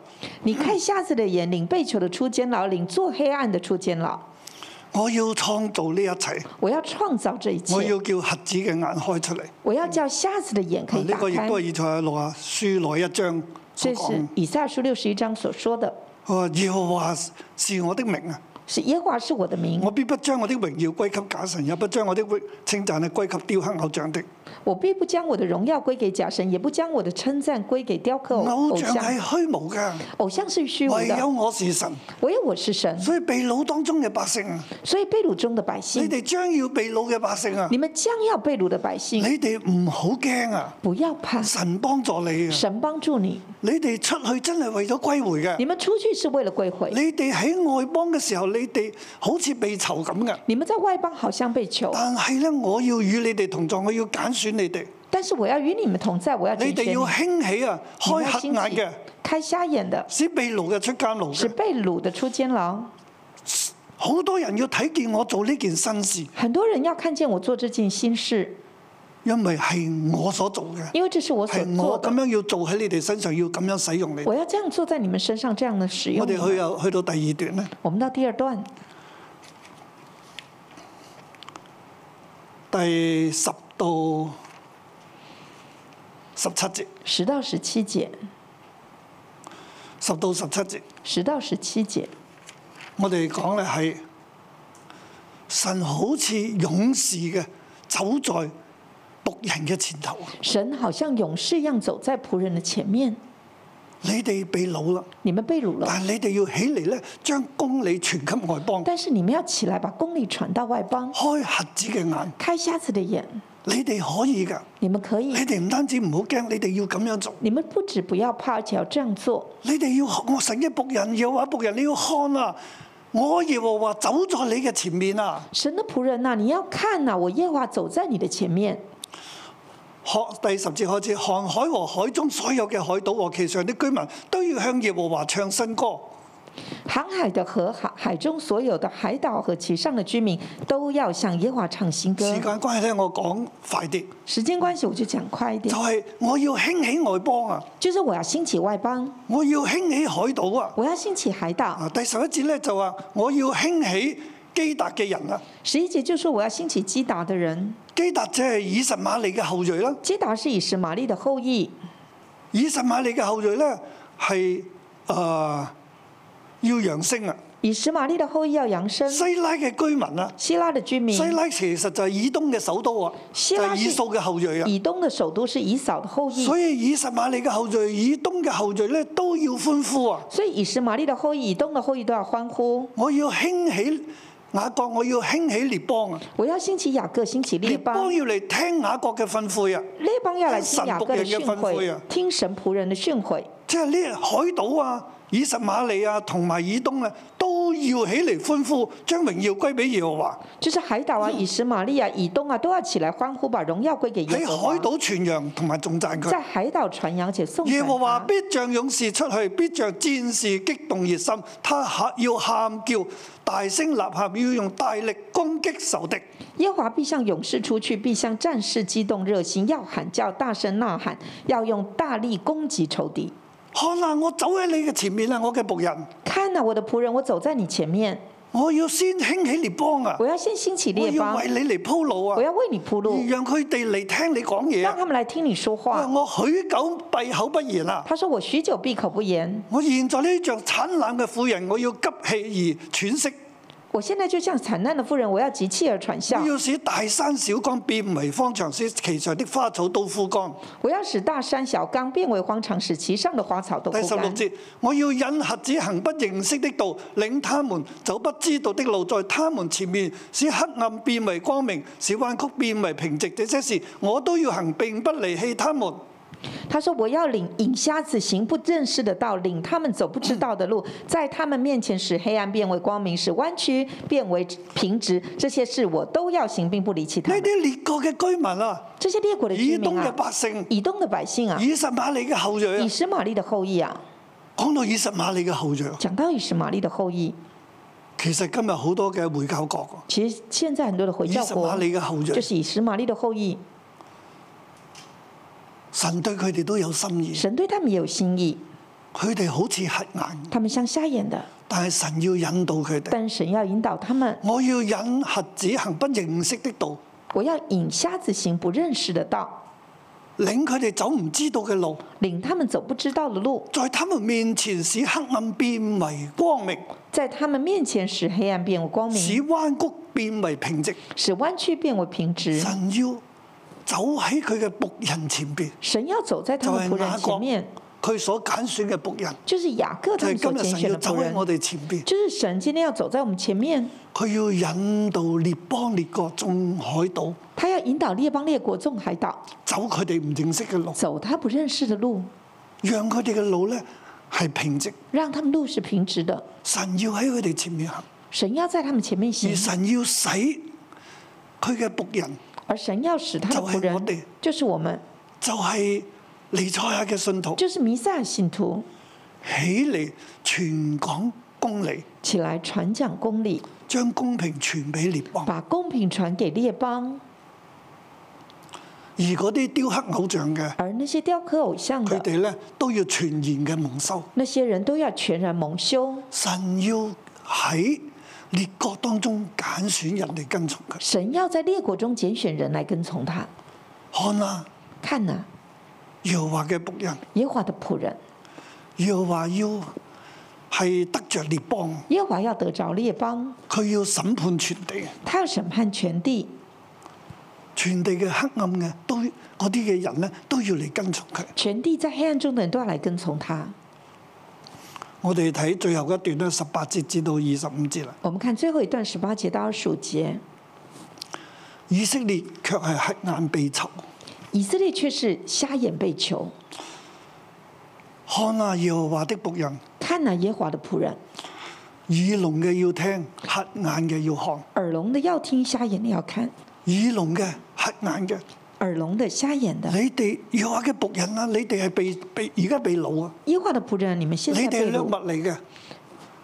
[SPEAKER 3] 你看瞎子的眼，领被囚的出监牢，领做黑暗的出监牢。
[SPEAKER 2] 我要創造呢一切，
[SPEAKER 3] 我要创造这一切，
[SPEAKER 2] 我要叫瞎子嘅眼開出嚟。啊
[SPEAKER 3] 我要叫瞎子的眼可以
[SPEAKER 2] 呢、
[SPEAKER 3] 打
[SPEAKER 2] 個亦
[SPEAKER 3] 开。
[SPEAKER 2] 都係以賽亞六啊書內一章所
[SPEAKER 3] 这是
[SPEAKER 2] 講。
[SPEAKER 3] 以赛亚书六十一章所说的，
[SPEAKER 2] 佢話耶和華是我的名啊，
[SPEAKER 3] 是耶和华是我的名，
[SPEAKER 2] 我必不將我的榮耀歸給假神，也不將我的榮稱讚啊歸給雕刻偶像的。
[SPEAKER 3] 我必不将我的荣耀归给假神，也不将我的称赞归给雕刻偶
[SPEAKER 2] 偶
[SPEAKER 3] 偶
[SPEAKER 2] 像係
[SPEAKER 3] 像。
[SPEAKER 2] 虛無嘅，
[SPEAKER 3] 偶像是虚无
[SPEAKER 2] 唯有
[SPEAKER 3] 的，
[SPEAKER 2] 我是神。
[SPEAKER 3] 唯有我是神。
[SPEAKER 2] 所以被掳當中嘅百姓，啊
[SPEAKER 3] 所以被掳中的百
[SPEAKER 2] 你
[SPEAKER 3] 姓，
[SPEAKER 2] 哋將要被掳嘅百姓啊
[SPEAKER 3] 你，们将要被掳的百
[SPEAKER 2] 你
[SPEAKER 3] 姓，
[SPEAKER 2] 哋唔好驚啊！
[SPEAKER 3] 不要怕，
[SPEAKER 2] 神幫助你啊！
[SPEAKER 3] 神帮助你。
[SPEAKER 2] 你哋出去真係為咗歸回嘅。
[SPEAKER 3] 你们出去是为了归回，
[SPEAKER 2] 你哋喺外邦嘅時候，你哋好似被囚咁嘅。
[SPEAKER 3] 你们在外邦好像被囚，
[SPEAKER 2] 但係咧，我要與你哋同在，我要揀選你哋。
[SPEAKER 3] 但是我要与你们同在，我要
[SPEAKER 2] 你
[SPEAKER 3] 拣选
[SPEAKER 2] 哋要
[SPEAKER 3] 你。
[SPEAKER 2] 興起啊，
[SPEAKER 3] 你
[SPEAKER 2] 開
[SPEAKER 3] 们要
[SPEAKER 2] 黑
[SPEAKER 3] 兴
[SPEAKER 2] 眼
[SPEAKER 3] 起
[SPEAKER 2] 嘅，
[SPEAKER 3] 开瞎眼的，
[SPEAKER 2] 使被掳嘅出監牢
[SPEAKER 3] 使
[SPEAKER 2] 嘅。
[SPEAKER 3] 被掳的出监牢。
[SPEAKER 2] 好多人要睇見我做呢件新事，
[SPEAKER 3] 很多人要看见我做这件新事，
[SPEAKER 2] 因為係我所做嘅，
[SPEAKER 3] 因为这是我所
[SPEAKER 2] 係
[SPEAKER 3] 做
[SPEAKER 2] 我咁
[SPEAKER 3] 的。
[SPEAKER 2] 樣要做喺你哋身上，要咁樣使用你哋
[SPEAKER 3] 我。要这样做在你们身上，这样的使用
[SPEAKER 2] 我哋
[SPEAKER 3] 你们。
[SPEAKER 2] 去又去到第二段咧，
[SPEAKER 3] 我们到第二段
[SPEAKER 2] 第十到十七節，
[SPEAKER 3] 十到十七节，
[SPEAKER 2] 十到十七節，
[SPEAKER 3] 十到十七节，
[SPEAKER 2] 我哋講咧係神好似勇士嘅走在仆人嘅前頭，
[SPEAKER 3] 神好像勇士一样走在仆人的前面。
[SPEAKER 2] 你哋被擄啦，
[SPEAKER 3] 你们被掳了，
[SPEAKER 2] 但係你哋要起嚟咧，將公理傳給外邦，
[SPEAKER 3] 但是你们要起来，把公理传到外邦，
[SPEAKER 2] 開瞎子嘅眼，
[SPEAKER 3] 开瞎子的眼。
[SPEAKER 2] 你哋可以㗎。
[SPEAKER 3] 你们可
[SPEAKER 2] 你
[SPEAKER 3] 以，
[SPEAKER 2] 哋唔單止唔好驚，你哋要咁樣做。
[SPEAKER 3] 你们不止不要怕，而且要这样做。
[SPEAKER 2] 你哋要學我神嘅仆人，耶和華僕人，你要看啊！我耶和華走在你嘅前面啊！
[SPEAKER 3] 神的仆人呐、你要看呐、我耶和华走在你的前面。
[SPEAKER 2] 學第十節開始，航海和海中所有嘅海島和其上的居民都要向耶和華唱新歌。
[SPEAKER 3] 航海的河海海中所有的海岛和其上的居民都要向耶和华唱新歌
[SPEAKER 2] 時。間關係咧，我講快啲，
[SPEAKER 3] 时间关系，我就讲快一
[SPEAKER 2] 就
[SPEAKER 3] 点，
[SPEAKER 2] 係、我要興起外邦啊！
[SPEAKER 3] 就是我要兴起外邦，
[SPEAKER 2] 我要興起海島啊！
[SPEAKER 3] 我要兴起海岛。
[SPEAKER 2] 啊，第十一節咧就話我要興起基達嘅人啊！
[SPEAKER 3] 十一节就说我要兴起基达的人，
[SPEAKER 2] 基達即係以實瑪利嘅後裔啦、
[SPEAKER 3] 基达是以实玛利的后裔，
[SPEAKER 2] 以實瑪利嘅後裔咧係誒要揚升啊！
[SPEAKER 3] 以实玛利的后裔要扬声。
[SPEAKER 2] 西拉嘅居民啊，
[SPEAKER 3] 希腊的居民
[SPEAKER 2] 西，拉其實就係以東嘅首都啊，
[SPEAKER 3] 西
[SPEAKER 2] 就
[SPEAKER 3] 拉
[SPEAKER 2] 係
[SPEAKER 3] 是
[SPEAKER 2] 以掃嘅後裔啊。
[SPEAKER 3] 以东的首都是以扫的后裔，
[SPEAKER 2] 所以以實瑪利嘅後裔、以東嘅後裔咧都要歡呼啊！
[SPEAKER 3] 所以以实玛利的后裔、以东的后裔都要欢呼。
[SPEAKER 2] 我要興起雅各，我要興起列邦啊！
[SPEAKER 3] 我要兴起雅各，兴起列
[SPEAKER 2] 列
[SPEAKER 3] 邦
[SPEAKER 2] 邦，要嚟聽雅各嘅訓誨啊！
[SPEAKER 3] 列邦要来听雅各的
[SPEAKER 2] 神仆人嘅
[SPEAKER 3] 训
[SPEAKER 2] 吩咐
[SPEAKER 3] 诲
[SPEAKER 2] 啊，
[SPEAKER 3] 听神仆人的训诲。
[SPEAKER 2] 即係呢海島啊、以實瑪利啊同埋以東啊，都要起嚟歡呼，將榮耀歸俾耶和華。
[SPEAKER 3] 就是海岛
[SPEAKER 2] 嗯
[SPEAKER 3] 啊、以实玛利啊、以东啊，都要起来欢呼，把荣耀归给耶
[SPEAKER 2] 喺
[SPEAKER 3] 和
[SPEAKER 2] 海
[SPEAKER 3] 华。
[SPEAKER 2] 島傳揚同埋仲讚佢。
[SPEAKER 3] 在海岛传扬且颂
[SPEAKER 2] 耶
[SPEAKER 3] 赞
[SPEAKER 2] 和華
[SPEAKER 3] 他。
[SPEAKER 2] 必像勇士出去，必像戰士激動熱心，他喊要喊叫，大聲呐喊，要用大力攻擊仇敵。
[SPEAKER 3] 耶和华必向勇士出去，必向战士激动热心，要喊叫，大声呐喊，要用大力攻击仇敌。
[SPEAKER 2] 看啊，我走喺你嘅前面啊，我嘅仆人，
[SPEAKER 3] 看呐、我的仆人，我走在你前面，
[SPEAKER 2] 我要先興起列邦啊
[SPEAKER 3] 我，要先兴起
[SPEAKER 2] 我
[SPEAKER 3] 列
[SPEAKER 2] 要
[SPEAKER 3] 邦，
[SPEAKER 2] 為你嚟鋪路
[SPEAKER 3] 我
[SPEAKER 2] 啊，
[SPEAKER 3] 要为你铺路，
[SPEAKER 2] 讓佢哋嚟聽你講嘢
[SPEAKER 3] 让
[SPEAKER 2] 啊。
[SPEAKER 3] 他们来听你说话。
[SPEAKER 2] 我許久閉口不言啊！
[SPEAKER 3] 他说：“我许久闭口不言，
[SPEAKER 2] 我現在呢像產冷嘅婦人，我要急氣而喘息，
[SPEAKER 3] 我现在就像惨淡的妇人，我要急气而喘笑
[SPEAKER 2] 我。要使大山小江變為荒場，使其上的花草都枯乾。
[SPEAKER 3] 我要使大山小冈变为荒场，使其上的花草都
[SPEAKER 2] 第
[SPEAKER 3] 枯
[SPEAKER 2] 十六
[SPEAKER 3] 干。
[SPEAKER 2] 節，我要引瞎子行不認識的道，領他們走不知道的路，在他們前面使黑暗變為光明，使彎曲變為平直。這些事我都要行，並不離棄他們。
[SPEAKER 3] 他说：“我要领引瞎子行不认识的道，领他们走不知道的路， 在他们面前使黑暗变为光明，使弯曲变为平直。这些事我都要行，并不离弃他
[SPEAKER 2] 呢
[SPEAKER 3] 们。
[SPEAKER 2] 啲列國嘅居民啊，
[SPEAKER 3] 这些列国的
[SPEAKER 2] 以
[SPEAKER 3] 居
[SPEAKER 2] 東
[SPEAKER 3] 民
[SPEAKER 2] 嘅
[SPEAKER 3] 啊，
[SPEAKER 2] 百姓，
[SPEAKER 3] 以东的百姓啊，
[SPEAKER 2] 以實瑪利嘅後裔啊
[SPEAKER 3] 以，实玛利的后裔啊，
[SPEAKER 2] 講到以實瑪利嘅後裔，啊
[SPEAKER 3] 讲到以实玛利的后裔，
[SPEAKER 2] 其實今日好多嘅回教國啊，
[SPEAKER 3] 其实现在很多的回
[SPEAKER 2] 以
[SPEAKER 3] 教
[SPEAKER 2] 實
[SPEAKER 3] 国
[SPEAKER 2] 瑪利嘅後裔
[SPEAKER 3] 就，是以实玛利的后裔，
[SPEAKER 2] 神對佢哋都有心意，
[SPEAKER 3] 神对他们也有心意，
[SPEAKER 2] 佢哋好似黑眼，
[SPEAKER 3] 他们像瞎眼的，
[SPEAKER 2] 但係神要引導佢哋。
[SPEAKER 3] 但神要引导他们。
[SPEAKER 2] 我要引瞎子行不認識的道。
[SPEAKER 3] 我要引瞎子行不认识的道，
[SPEAKER 2] 領佢哋走唔知道嘅路，
[SPEAKER 3] 领他们走不知道的路，
[SPEAKER 2] 在他們面前使黑暗變為光明，
[SPEAKER 3] 在他们面前使黑暗变为光
[SPEAKER 2] 使
[SPEAKER 3] 明，
[SPEAKER 2] 彎曲變為平直。
[SPEAKER 3] 使弯曲变为平直。
[SPEAKER 2] 神要走喺佢嘅仆人前邊，
[SPEAKER 3] 神要走在他们仆人前面，
[SPEAKER 2] 佢所揀選嘅仆人，
[SPEAKER 3] 就是雅各
[SPEAKER 2] 就係
[SPEAKER 3] 他们所
[SPEAKER 2] 今日
[SPEAKER 3] 拣
[SPEAKER 2] 神
[SPEAKER 3] 选
[SPEAKER 2] 要
[SPEAKER 3] 的
[SPEAKER 2] 走
[SPEAKER 3] 仆
[SPEAKER 2] 喺
[SPEAKER 3] 人。
[SPEAKER 2] 我哋前邊，
[SPEAKER 3] 就是神今天要走在我们前面，
[SPEAKER 2] 佢要引導列邦列國眾海島
[SPEAKER 3] 他要引导列邦列国众海岛
[SPEAKER 2] 走佢哋唔認識嘅路，
[SPEAKER 3] 走他不认识的路，
[SPEAKER 2] 讓佢哋嘅路咧係平直。
[SPEAKER 3] 让他们路是平直的。
[SPEAKER 2] 神要喺佢哋前面行，
[SPEAKER 3] 神要在他们前面行
[SPEAKER 2] 而，神要使佢嘅仆人
[SPEAKER 3] 而神要使他的仆
[SPEAKER 2] 就系我哋
[SPEAKER 3] 人，就是我们，
[SPEAKER 2] 就係尼賽亞嘅信徒。
[SPEAKER 3] 就是弥赛亚信徒，
[SPEAKER 2] 起嚟全港公理，
[SPEAKER 3] 起来传讲公理。
[SPEAKER 2] 將公平傳俾列邦。
[SPEAKER 3] 把公平传给列邦，
[SPEAKER 2] 而嗰啲雕刻偶像嘅，
[SPEAKER 3] 而那些雕刻偶像
[SPEAKER 2] 佢
[SPEAKER 3] 的
[SPEAKER 2] 哋咧都要全然嘅蒙羞。
[SPEAKER 3] 那些人都要全然蒙羞。
[SPEAKER 2] 神要喺列國當中揀選人嚟跟從佢。
[SPEAKER 3] 神要在列国中拣选人来跟从他。
[SPEAKER 2] 看啊，
[SPEAKER 3] 看呐、
[SPEAKER 2] 耶和華嘅仆人，
[SPEAKER 3] 耶和华的仆人，
[SPEAKER 2] 耶和華要係得着列邦，
[SPEAKER 3] 耶和华要得着列邦，
[SPEAKER 2] 佢要審判全地，
[SPEAKER 3] 他要审判全地，
[SPEAKER 2] 全地嘅黑暗嘅都嗰啲嘅人咧都要嚟跟從佢。
[SPEAKER 3] 全地在黑暗中的人都要来跟从他。
[SPEAKER 2] 我哋睇最後一段咧，十八節至到二十五節啦。
[SPEAKER 3] 我们看最后一段十八节到二十五节，
[SPEAKER 2] 以色列卻係黑眼被囚，
[SPEAKER 3] 以色列却是瞎眼被囚。
[SPEAKER 2] 看啊耶和華的仆人，
[SPEAKER 3] 看哪、耶和华的仆人，
[SPEAKER 2] 耳聋嘅要聽，黑眼嘅要看，
[SPEAKER 3] 耳聋的要听，瞎眼的要看。
[SPEAKER 2] 耳聋嘅黑眼嘅，
[SPEAKER 3] 耳聋的、瞎眼的，
[SPEAKER 2] 你哋耶和華嘅仆人啊，你哋係被被而家被掳啊，
[SPEAKER 3] 耶和华的仆人，你们现
[SPEAKER 2] 你哋
[SPEAKER 3] 在
[SPEAKER 2] 係
[SPEAKER 3] 被
[SPEAKER 2] 掠物
[SPEAKER 3] 掳，
[SPEAKER 2] 嚟嘅，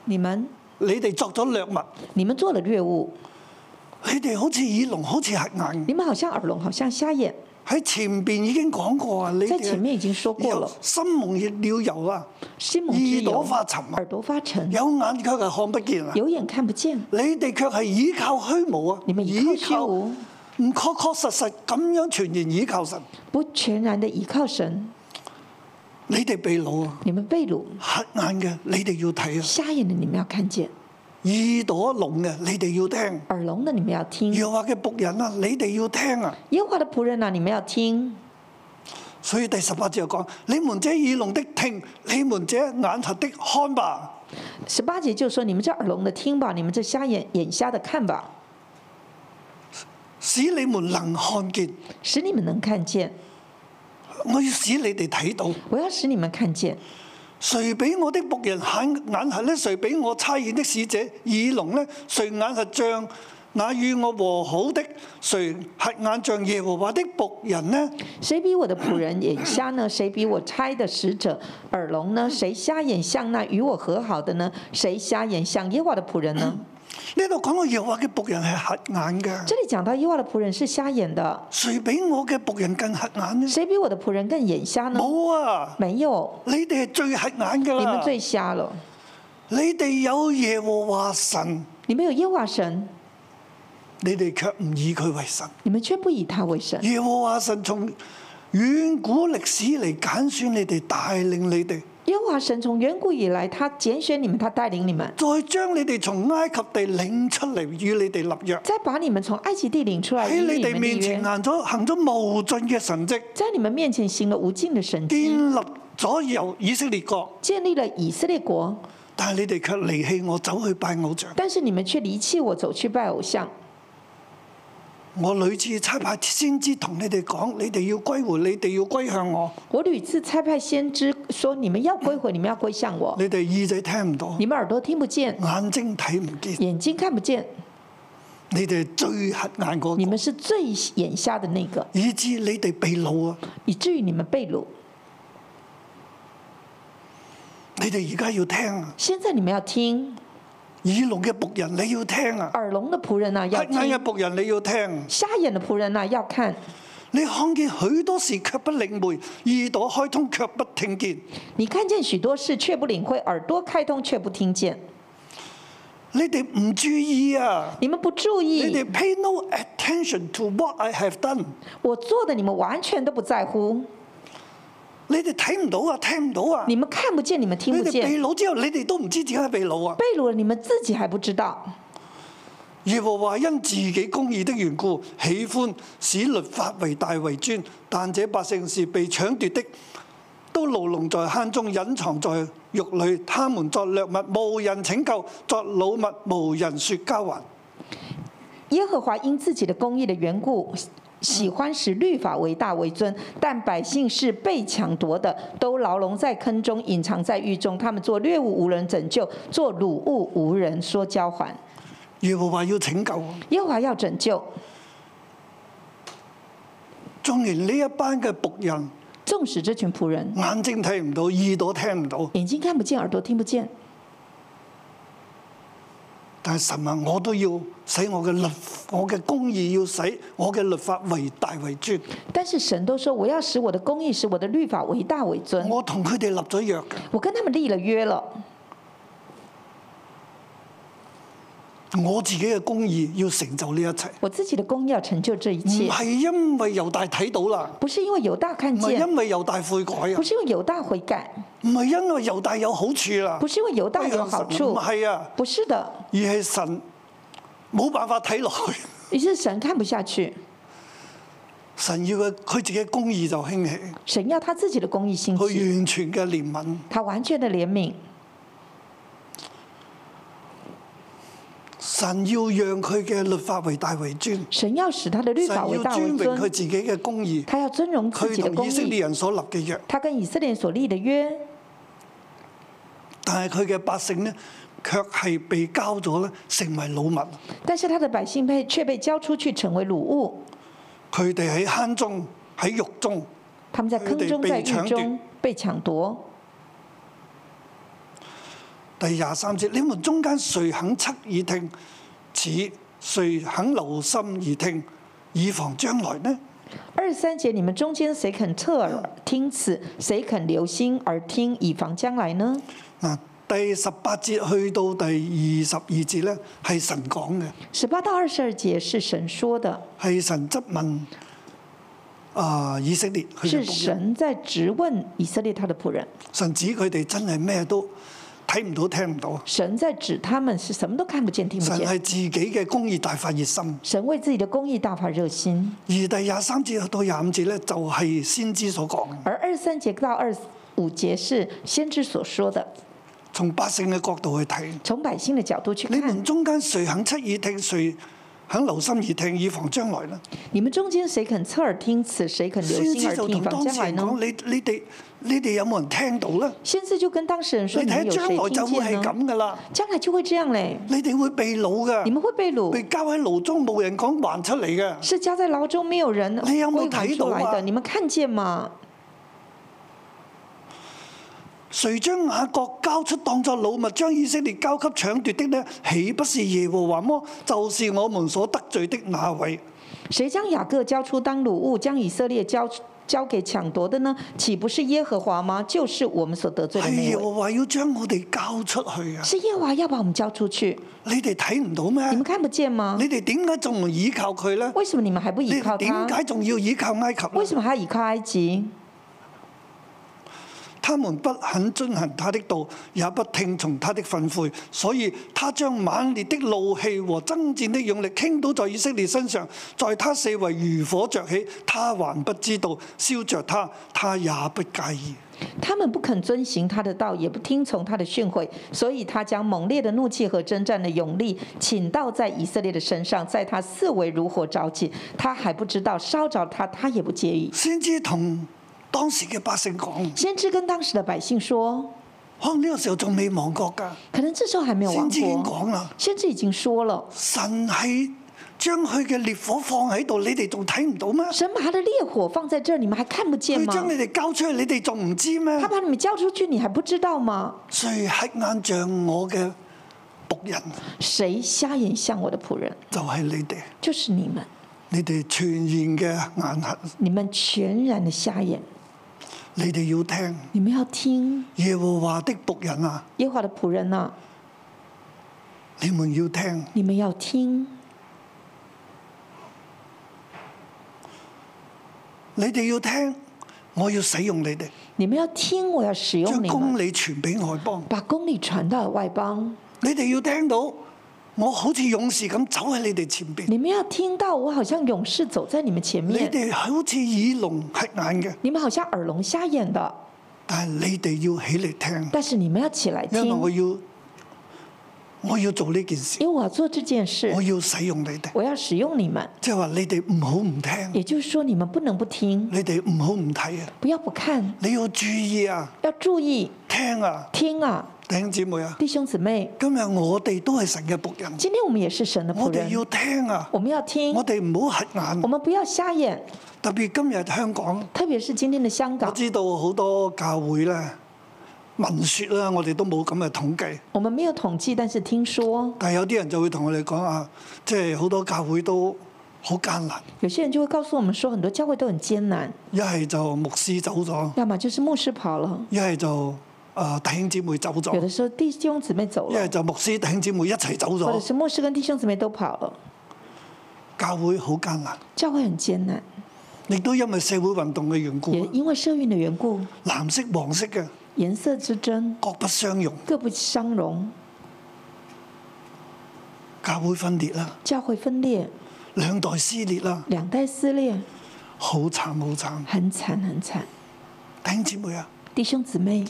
[SPEAKER 3] 你们
[SPEAKER 2] 你哋作咗掠物。
[SPEAKER 3] 你们做了掠物，
[SPEAKER 2] 你哋好似耳聋，好似瞎眼。
[SPEAKER 3] 你们好像耳聋，好像瞎眼。
[SPEAKER 2] 喺前邊已經講過啊，你
[SPEAKER 3] 在前面
[SPEAKER 2] 哋
[SPEAKER 3] 已经说过
[SPEAKER 2] 有
[SPEAKER 3] 了，
[SPEAKER 2] 心蒙熱了油啊，
[SPEAKER 3] 心蒙之
[SPEAKER 2] 耳朵
[SPEAKER 3] 油
[SPEAKER 2] 發沉啊，
[SPEAKER 3] 耳朵发沉，
[SPEAKER 2] 有眼卻係看不見啊。
[SPEAKER 3] 有眼看不见，
[SPEAKER 2] 你哋卻係倚靠虛無啊，
[SPEAKER 3] 你们倚靠虚无，
[SPEAKER 2] 唔確確實實咁樣全然倚靠神。
[SPEAKER 3] 不全然的倚靠神。
[SPEAKER 2] 你哋被掳啊，
[SPEAKER 3] 你们被掳，
[SPEAKER 2] 黑眼嘅你哋要睇啊，
[SPEAKER 3] 瞎眼的你们要看见，
[SPEAKER 2] 耳朵聾嘅你哋要聽。
[SPEAKER 3] 耳聋的你们要听，
[SPEAKER 2] 耶和華嘅仆人啊，你哋要聽啊。
[SPEAKER 3] 耶和华的仆人啊，你们要听。
[SPEAKER 2] 所以第十八節又講：你們這耳聾的聽，你們這眼瞎的看吧。
[SPEAKER 3] 十八节就说：你们这耳聋的听吧，你们这瞎眼眼瞎的看吧，
[SPEAKER 2] 使你們能看見，
[SPEAKER 3] 使你们能看见。
[SPEAKER 2] 我要使你哋睇到。
[SPEAKER 3] 我要使你们看见，
[SPEAKER 2] 誰俾我的仆人眼眼瞎呢？誰俾我差遣的使者耳聋呢？誰眼瞎像那與我和好的？誰瞎眼像耶和華的仆人呢？
[SPEAKER 3] 谁比我的仆人眼瞎呢？谁比我差的使者耳聋呢？谁瞎眼像那与我和好的呢？谁瞎眼像耶和华的仆人呢？
[SPEAKER 2] 呢度講到耶和華嘅仆人係瞎眼嘅。
[SPEAKER 3] 这里讲到耶和华的仆人是瞎眼的，
[SPEAKER 2] 誰比我嘅仆人更瞎眼呢？
[SPEAKER 3] 谁比我的仆人更眼瞎呢？
[SPEAKER 2] 冇啊！
[SPEAKER 3] 没有，
[SPEAKER 2] 你哋係最瞎眼噶
[SPEAKER 3] 你们
[SPEAKER 2] 啦！
[SPEAKER 3] 最瞎了。
[SPEAKER 2] 你哋有耶和華神，
[SPEAKER 3] 你们有耶和华神，
[SPEAKER 2] 你哋卻唔以佢為 神。
[SPEAKER 3] 你们却不以他为神。
[SPEAKER 2] 耶和華神從遠古歷史嚟揀選你哋，帶領你哋，
[SPEAKER 3] 耶和华神从远古以来，他拣选你们，他带领你们，
[SPEAKER 2] 再將你哋從埃及地領出嚟，與你哋立約。
[SPEAKER 3] 再把你们从埃及地领出来，
[SPEAKER 2] 喺
[SPEAKER 3] 与
[SPEAKER 2] 你
[SPEAKER 3] 你
[SPEAKER 2] 哋
[SPEAKER 3] 们立
[SPEAKER 2] 面
[SPEAKER 3] 约
[SPEAKER 2] 前，啊行咗行咗無盡嘅神迹，
[SPEAKER 3] 在你们面前行了无尽的神迹，
[SPEAKER 2] 建立咗由以色列國，
[SPEAKER 3] 建立了以色列国。
[SPEAKER 2] 但係你哋卻離棄我，走去拜偶像。
[SPEAKER 3] 但是你们却离弃我，走去拜偶像。
[SPEAKER 2] 我屢次差派先知同你哋講，你哋要歸回，你哋要歸向我。
[SPEAKER 3] 我屡次差派先知说，你们要归回，你们要归向我。
[SPEAKER 2] 你哋耳仔聽唔到，
[SPEAKER 3] 你们耳朵听不见，
[SPEAKER 2] 眼睛睇唔見，
[SPEAKER 3] 眼睛看不见，
[SPEAKER 2] 你哋係最黑眼嗰、
[SPEAKER 3] 你
[SPEAKER 2] 個，
[SPEAKER 3] 们是最眼瞎的那个，
[SPEAKER 2] 以致你哋被掳啊！
[SPEAKER 3] 以至于你们被掳。
[SPEAKER 2] 你哋而家要聽啊！
[SPEAKER 3] 现在你们要听
[SPEAKER 2] 耳聾嘅仆人你要聽啊，
[SPEAKER 3] 耳聋的仆人呐、要
[SPEAKER 2] 黑眼嘅
[SPEAKER 3] 听；
[SPEAKER 2] 仆人你要啊聽。
[SPEAKER 3] 瞎眼的仆人呐、要看。
[SPEAKER 2] 你看見許多事卻不領會，耳朵開通卻不聽見。
[SPEAKER 3] 你看见许多事，却不领会；耳朵开通，却不听见。
[SPEAKER 2] 你哋唔注意啊！
[SPEAKER 3] 你们不注
[SPEAKER 2] 你哋
[SPEAKER 3] 意，
[SPEAKER 2] pay no attention to what I have done。
[SPEAKER 3] 我做的你们完全都不在乎。
[SPEAKER 2] 你哋睇唔到啊，聽唔到啊！
[SPEAKER 3] 你们看不见，你们
[SPEAKER 2] 你
[SPEAKER 3] 听不
[SPEAKER 2] 哋被
[SPEAKER 3] 见。
[SPEAKER 2] 掳之後，你哋都唔知自己係被掳啊！
[SPEAKER 3] 被掳了，你们自己还不知道。
[SPEAKER 2] 耶和華因自己公義的緣故，喜歡使律法為大為尊，但這百姓是被搶奪的，都牢籠在坑中，隱藏在獄裏。他們作掠物，無人拯救；作擄物，無人說交還。
[SPEAKER 3] 耶和华因自己的公义的缘故，喜欢使律法为大为尊，但百姓是被抢夺的，都牢笼在坑中，隐藏在狱中。他们做掠物，无人拯救；做掳物，无人说交还。
[SPEAKER 2] 耶和華要拯救，
[SPEAKER 3] 耶和华要拯救，
[SPEAKER 2] 縱然呢一班嘅仆人
[SPEAKER 3] 纵使这群仆人
[SPEAKER 2] 眼睛睇唔到，耳朵聽唔到，
[SPEAKER 3] 眼睛看不见，耳朵听不见，
[SPEAKER 2] 但係神啊，我都要使我嘅律，我嘅公義要使我嘅律法為大為尊。
[SPEAKER 3] 但是神都说：“我要使我的公义，使我的律法为大为尊。
[SPEAKER 2] 我同佢哋立咗約嘅。
[SPEAKER 3] 我跟他们立了约了，
[SPEAKER 2] 我自己嘅公義要成就呢一切，
[SPEAKER 3] 我自己的功要成就这一切
[SPEAKER 2] 唔，係因為猶大睇到啦，
[SPEAKER 3] 不是因为犹大看
[SPEAKER 2] 唔係
[SPEAKER 3] 见，
[SPEAKER 2] 因為猶大悔改啊
[SPEAKER 3] 不，是因为犹大悔改，
[SPEAKER 2] 唔係因為猶大有好處啦
[SPEAKER 3] 不，是因为犹大
[SPEAKER 2] 歸
[SPEAKER 3] 有
[SPEAKER 2] 向
[SPEAKER 3] 好
[SPEAKER 2] 神
[SPEAKER 3] 处
[SPEAKER 2] 唔，係啊，
[SPEAKER 3] 不是的，
[SPEAKER 2] 而係神冇辦法睇落去，
[SPEAKER 3] 于是神看不下去，
[SPEAKER 2] 神要嘅佢自己公義就興起，
[SPEAKER 3] 神要他自己的公义兴起，
[SPEAKER 2] 佢完全嘅憐憫。
[SPEAKER 3] 他完全的怜悯，
[SPEAKER 2] 神要讓佢嘅律法為大為尊，
[SPEAKER 3] 神要使他的律
[SPEAKER 2] 神
[SPEAKER 3] 法
[SPEAKER 2] 要
[SPEAKER 3] 為大
[SPEAKER 2] 尊
[SPEAKER 3] 為
[SPEAKER 2] 榮佢
[SPEAKER 3] 尊，
[SPEAKER 2] 自己嘅公義，
[SPEAKER 3] 他要尊榮自
[SPEAKER 2] 佢
[SPEAKER 3] 己的
[SPEAKER 2] 同
[SPEAKER 3] 公
[SPEAKER 2] 以色列
[SPEAKER 3] 义，
[SPEAKER 2] 人所立嘅約。
[SPEAKER 3] 他跟以色列所立的约，
[SPEAKER 2] 但係佢嘅百姓呢，卻係被交咗咧，成為老民。
[SPEAKER 3] 但是他的百姓被却被交出去成为掳物，
[SPEAKER 2] 佢哋喺坑中，喺獄中，
[SPEAKER 3] 他们在坑
[SPEAKER 2] 佢哋
[SPEAKER 3] 中
[SPEAKER 2] 被
[SPEAKER 3] 在
[SPEAKER 2] 搶
[SPEAKER 3] 狱
[SPEAKER 2] 奪
[SPEAKER 3] 中被抢夺。
[SPEAKER 2] 第廿三節，你們中間誰肯側耳聽，此誰肯留心而聽，以防將來呢？
[SPEAKER 3] 二三节，你们中间谁肯侧耳听此，谁肯留心而听，以防将来呢？
[SPEAKER 2] 嗱，第十八節去到第二十二節咧，係神講嘅，
[SPEAKER 3] 十八到二十二节是神说的，
[SPEAKER 2] 係神質問啊、以色列佢嘅
[SPEAKER 3] 是
[SPEAKER 2] 僕人。
[SPEAKER 3] 神在质问以色列他的仆人，
[SPEAKER 2] 神指佢哋真係咩都睇唔到、聽唔到。
[SPEAKER 3] 神在指他们是什么都看不見、听不
[SPEAKER 2] 神
[SPEAKER 3] 见
[SPEAKER 2] 係。自己嘅公義大發熱心。
[SPEAKER 3] 神为自己的公义大发热心，
[SPEAKER 2] 而第廿三節到廿五節咧，就係、先知所講，
[SPEAKER 3] 而二三节到二五节是先知所说的，
[SPEAKER 2] 從百姓嘅角度去睇。
[SPEAKER 3] 从百姓的角度去
[SPEAKER 2] 你們
[SPEAKER 3] 看，
[SPEAKER 2] 中間誰肯側耳聽，誰肯留心耳聽，以防將來呢？
[SPEAKER 3] 你们中间谁肯侧耳听此，谁肯留
[SPEAKER 2] 先
[SPEAKER 3] 心
[SPEAKER 2] 知
[SPEAKER 3] 而
[SPEAKER 2] 就
[SPEAKER 3] 听，以
[SPEAKER 2] 同
[SPEAKER 3] 防
[SPEAKER 2] 當
[SPEAKER 3] 将
[SPEAKER 2] 事
[SPEAKER 3] 来
[SPEAKER 2] 人
[SPEAKER 3] 呢
[SPEAKER 2] 講：？你你哋你哋有冇人聽到呢？
[SPEAKER 3] 先知就跟当事人
[SPEAKER 2] 你
[SPEAKER 3] 说：“你
[SPEAKER 2] 睇
[SPEAKER 3] 们有
[SPEAKER 2] 將
[SPEAKER 3] 谁
[SPEAKER 2] 來
[SPEAKER 3] 听
[SPEAKER 2] 就會
[SPEAKER 3] 见
[SPEAKER 2] 係
[SPEAKER 3] 呢？
[SPEAKER 2] 咁噶啦，
[SPEAKER 3] 将来就会这样嘞，
[SPEAKER 2] 你哋會被擄
[SPEAKER 3] 你
[SPEAKER 2] 嘅，
[SPEAKER 3] 们会被
[SPEAKER 2] 被
[SPEAKER 3] 掳，
[SPEAKER 2] 交喺牢中，冇人講還出嚟嘅。
[SPEAKER 3] 是加在牢中，没有人
[SPEAKER 2] 你有冇
[SPEAKER 3] 归还
[SPEAKER 2] 睇
[SPEAKER 3] 出
[SPEAKER 2] 到
[SPEAKER 3] 来
[SPEAKER 2] 啊
[SPEAKER 3] 的。你们看见吗？
[SPEAKER 2] 誰將雅各交出當作擄物，將以色列交給搶奪的呢？豈不是耶和華麼？就是我們所得罪的那位。
[SPEAKER 3] 谁将雅各交出当掳物，将以色列交交给抢夺的呢？岂不是耶和华吗？就是我们所得罪的
[SPEAKER 2] 係
[SPEAKER 3] 那
[SPEAKER 2] 耶
[SPEAKER 3] 位。”
[SPEAKER 2] 和華要將我哋交出去啊！
[SPEAKER 3] 是耶和华要把我们交出去，
[SPEAKER 2] 你哋睇唔到咩
[SPEAKER 3] 你？们看不见吗
[SPEAKER 2] 哎你？哋點解仲唔倚靠佢呢？
[SPEAKER 3] 为什么你们还不
[SPEAKER 2] 你
[SPEAKER 3] 依靠
[SPEAKER 2] 哋點
[SPEAKER 3] 他？
[SPEAKER 2] 解仲要倚靠埃及呢
[SPEAKER 3] 为？什么还要依靠埃及？
[SPEAKER 2] 他們不肯遵行他的道，也不聽從他的訓誨，所以他將猛烈的怒氣和爭戰的勇力傾倒在以色列身上，在他四圍如火着起，他還不知道，燒着他，他也不介意。
[SPEAKER 3] 他们不肯遵行他的道，也不听从他的训诲，所以他将猛烈的怒气和征战的勇力倾倒在以色列的身上，在他四围如火着起。他还不知道烧着他，他也不介意。
[SPEAKER 2] 先知同當時嘅百姓講：，
[SPEAKER 3] 先知跟當时的百姓说，
[SPEAKER 2] 可能呢個時候仲未亡國㗎，
[SPEAKER 3] 可能这时候还没有
[SPEAKER 2] 先
[SPEAKER 3] 亡
[SPEAKER 2] 知已經
[SPEAKER 3] 国，
[SPEAKER 2] 講啦。
[SPEAKER 3] 先知已经说了，
[SPEAKER 2] 神係將佢嘅烈火放喺度，你哋仲睇唔到咩？
[SPEAKER 3] 神把他的烈火放在这儿，你们还看不见
[SPEAKER 2] 佢
[SPEAKER 3] 吗
[SPEAKER 2] 將？你嗯哋交出去，你哋仲唔知咩
[SPEAKER 3] 他？把你们交出去，你还不知道吗？
[SPEAKER 2] 最黑眼像我嘅仆人
[SPEAKER 3] 谁瞎眼像我的仆人，
[SPEAKER 2] 就係你哋，
[SPEAKER 3] 就是你们，
[SPEAKER 2] 你哋全然嘅眼黑，
[SPEAKER 3] 你们全然的瞎眼，
[SPEAKER 2] 你哋要聽
[SPEAKER 3] 你们要听
[SPEAKER 2] 耶和華的仆人啊，
[SPEAKER 3] 耶和华的仆人呐、
[SPEAKER 2] 你們要聽。
[SPEAKER 3] 你们要听，
[SPEAKER 2] 你哋要聽，我要使用你哋，
[SPEAKER 3] 你们要听，我要使用
[SPEAKER 2] 將
[SPEAKER 3] 你
[SPEAKER 2] 公
[SPEAKER 3] 们，
[SPEAKER 2] 理傳俾外邦。
[SPEAKER 3] 把公理传到外邦，
[SPEAKER 2] 你哋要聽到，我好似勇士咁走喺你哋前邊，
[SPEAKER 3] 你们要听到我好像勇士走在你们前
[SPEAKER 2] 你
[SPEAKER 3] 面，
[SPEAKER 2] 哋好似耳聋黑眼嘅，
[SPEAKER 3] 你们好像耳聋瞎眼的，
[SPEAKER 2] 但係你哋要起嚟聽。
[SPEAKER 3] 但是你们要起来
[SPEAKER 2] 因
[SPEAKER 3] 听
[SPEAKER 2] 為，我要我要做呢件事，
[SPEAKER 3] 因为我要做这件事
[SPEAKER 2] 我，要使用你哋，
[SPEAKER 3] 我要使用你们，
[SPEAKER 2] 即係話你哋唔好唔聽，
[SPEAKER 3] 也就是说你们不能不听，
[SPEAKER 2] 你哋唔好唔睇啊！
[SPEAKER 3] 不要不看，
[SPEAKER 2] 你要注意啊，
[SPEAKER 3] 要注意
[SPEAKER 2] 聽啊，
[SPEAKER 3] 听啊，
[SPEAKER 2] 弟兄姊妹啊！
[SPEAKER 3] 弟兄姊妹，
[SPEAKER 2] 今日我哋都係神嘅仆人，
[SPEAKER 3] 今天我们也是神的仆
[SPEAKER 2] 我哋
[SPEAKER 3] 人，
[SPEAKER 2] 要聽啊！
[SPEAKER 3] 我们要听
[SPEAKER 2] 我。哋唔好黑眼
[SPEAKER 3] 我，们不要瞎眼，
[SPEAKER 2] 特別今日香港，
[SPEAKER 3] 特别是今天的香
[SPEAKER 2] 我
[SPEAKER 3] 港，
[SPEAKER 2] 知道好多教會咧文說啦，我哋都冇咁嘅統計，
[SPEAKER 3] 我们没有統計，但是聽說
[SPEAKER 2] 但係有啲人就會同我哋講啊，即係好多教會都好艱難，
[SPEAKER 3] 有些人就會告訴我們說，很多教會都很艱難，
[SPEAKER 2] 一係就牧師走咗。
[SPEAKER 3] 要麼就是牧師跑了，
[SPEAKER 2] 一係就呃弟兄姊妹走咗
[SPEAKER 3] 有，的时候弟兄姊妹走
[SPEAKER 2] 一係
[SPEAKER 3] 了，
[SPEAKER 2] 就牧師弟兄姊妹一齊走
[SPEAKER 3] 或者
[SPEAKER 2] 咗，
[SPEAKER 3] 是牧师跟弟兄姊妹都跑了，
[SPEAKER 2] 教會好艱難，
[SPEAKER 3] 教會很艱难，
[SPEAKER 2] 亦都因為社會運動嘅緣故，
[SPEAKER 3] 也因为社运的緣故，
[SPEAKER 2] 藍色黃色嘅
[SPEAKER 3] 顏色之爭
[SPEAKER 2] 各不相容，
[SPEAKER 3] 各不相容，
[SPEAKER 2] 教會分裂啦，
[SPEAKER 3] 教會分裂，
[SPEAKER 2] 兩代撕裂啦，
[SPEAKER 3] 兩代撕裂，
[SPEAKER 2] 好慘好慘。
[SPEAKER 3] 很慘很慘。
[SPEAKER 2] 弟兄姊妹啊，
[SPEAKER 3] 弟兄姊妹，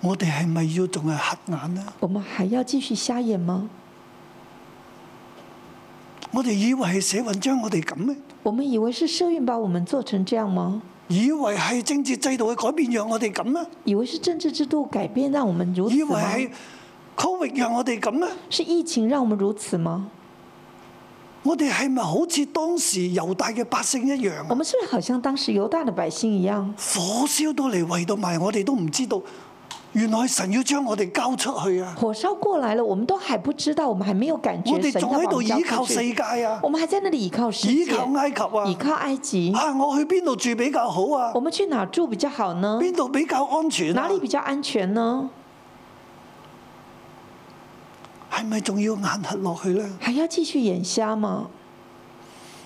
[SPEAKER 2] 我哋係咪要仲係黑眼啊呢？
[SPEAKER 3] 我們還要繼續瞎眼嗎？
[SPEAKER 2] 我哋以為係社運將我哋咁咩？
[SPEAKER 3] 我們以為是社运把我們做成這樣嗎？
[SPEAKER 2] 以為係政治制度嘅改變讓我哋咁咩？
[SPEAKER 3] 以為是政治制度改變讓我們如
[SPEAKER 2] 以
[SPEAKER 3] 此
[SPEAKER 2] 為
[SPEAKER 3] 嗎？
[SPEAKER 2] 係 Covid 讓我哋咁咩？
[SPEAKER 3] 是疫情讓我們如此嗎？
[SPEAKER 2] 我哋係咪好似當時猶大嘅百姓一樣
[SPEAKER 3] 我們是不是好像當時猶大的百姓一樣，
[SPEAKER 2] 火燒到嚟圍到埋，我哋都唔知道，原來神要將我哋交出去啊！
[SPEAKER 3] 火燒過來了，我們都還不知道，我們還沒有感
[SPEAKER 2] 我
[SPEAKER 3] 覺
[SPEAKER 2] 哋
[SPEAKER 3] 神
[SPEAKER 2] 仲
[SPEAKER 3] 要
[SPEAKER 2] 喺
[SPEAKER 3] 把我
[SPEAKER 2] 度
[SPEAKER 3] 們交
[SPEAKER 2] 依靠
[SPEAKER 3] 出
[SPEAKER 2] 世
[SPEAKER 3] 去，
[SPEAKER 2] 界啊，
[SPEAKER 3] 我們還在那裡倚靠世
[SPEAKER 2] 依
[SPEAKER 3] 界，
[SPEAKER 2] 靠埃及
[SPEAKER 3] 倚
[SPEAKER 2] 啊！
[SPEAKER 3] 靠埃及。
[SPEAKER 2] 啊，我去邊度住比較好啊
[SPEAKER 3] 我？們去哪住比較好呢？
[SPEAKER 2] 邊度比較安全
[SPEAKER 3] 哪
[SPEAKER 2] 啊？
[SPEAKER 3] 裡比較安全呢？
[SPEAKER 2] 係咪仲要眼核落去呢？
[SPEAKER 3] 還要繼續眼瞎嗎？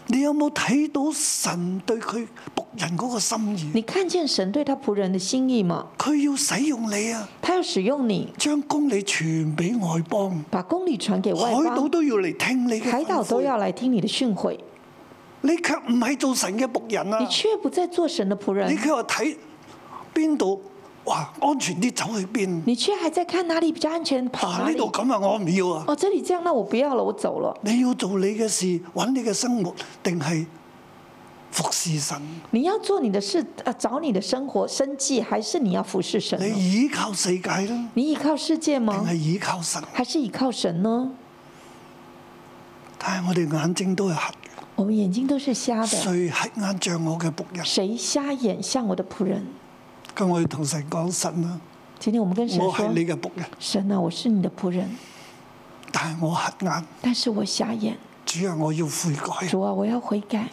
[SPEAKER 2] 你有冇睇到神對佢仆人嗰個心意？
[SPEAKER 3] 你看見神對他僕人的心意嗎？
[SPEAKER 2] 佢要使用你啊，
[SPEAKER 3] 他要使用你，
[SPEAKER 2] 將公理傳俾外邦，
[SPEAKER 3] 把公理傳給
[SPEAKER 2] 海
[SPEAKER 3] 外
[SPEAKER 2] 島
[SPEAKER 3] 邦，
[SPEAKER 2] 都要嚟聽你嘅
[SPEAKER 3] 海島
[SPEAKER 2] 吩咐
[SPEAKER 3] 都要來聽你的訓诲。
[SPEAKER 2] 你卻唔係做神嘅仆人啊
[SPEAKER 3] 你！卻不再做神的僕人
[SPEAKER 2] 你，佢話睇邊度哇安全啲走去邊？
[SPEAKER 3] 你卻還在看哪裡比較安全，跑
[SPEAKER 2] 哇！
[SPEAKER 3] 哪
[SPEAKER 2] 呢度
[SPEAKER 3] 裡。
[SPEAKER 2] 咁啊，我唔要啊！
[SPEAKER 3] 哦，這裡這樣，那我不要了，我走了。
[SPEAKER 2] 你要做你嘅事，揾你嘅生活，定係服侍神？
[SPEAKER 3] 你要做你的事，呃，找你的生活生计，還是你要服侍神呢？
[SPEAKER 2] 你倚靠世界啦，
[SPEAKER 3] 你依靠世界
[SPEAKER 2] 定
[SPEAKER 3] 嗎
[SPEAKER 2] 係？倚靠神？
[SPEAKER 3] 還是依靠神呢？
[SPEAKER 2] 但係我哋眼睛都係黑嘅，
[SPEAKER 3] 我們眼睛都是瞎的，
[SPEAKER 2] 誰黑眼像我嘅仆人？
[SPEAKER 3] 誰瞎眼像我的仆人？
[SPEAKER 2] 咁我哋同神講神啦，
[SPEAKER 3] 今天我們跟神
[SPEAKER 2] 我係
[SPEAKER 3] 說
[SPEAKER 2] 你：嘅仆人，
[SPEAKER 3] 神啊，我是你的仆人，
[SPEAKER 2] 但係我黑眼，
[SPEAKER 3] 但是我瞎眼。
[SPEAKER 2] 主啊，我要悔改，
[SPEAKER 3] 主啊，我要悔改，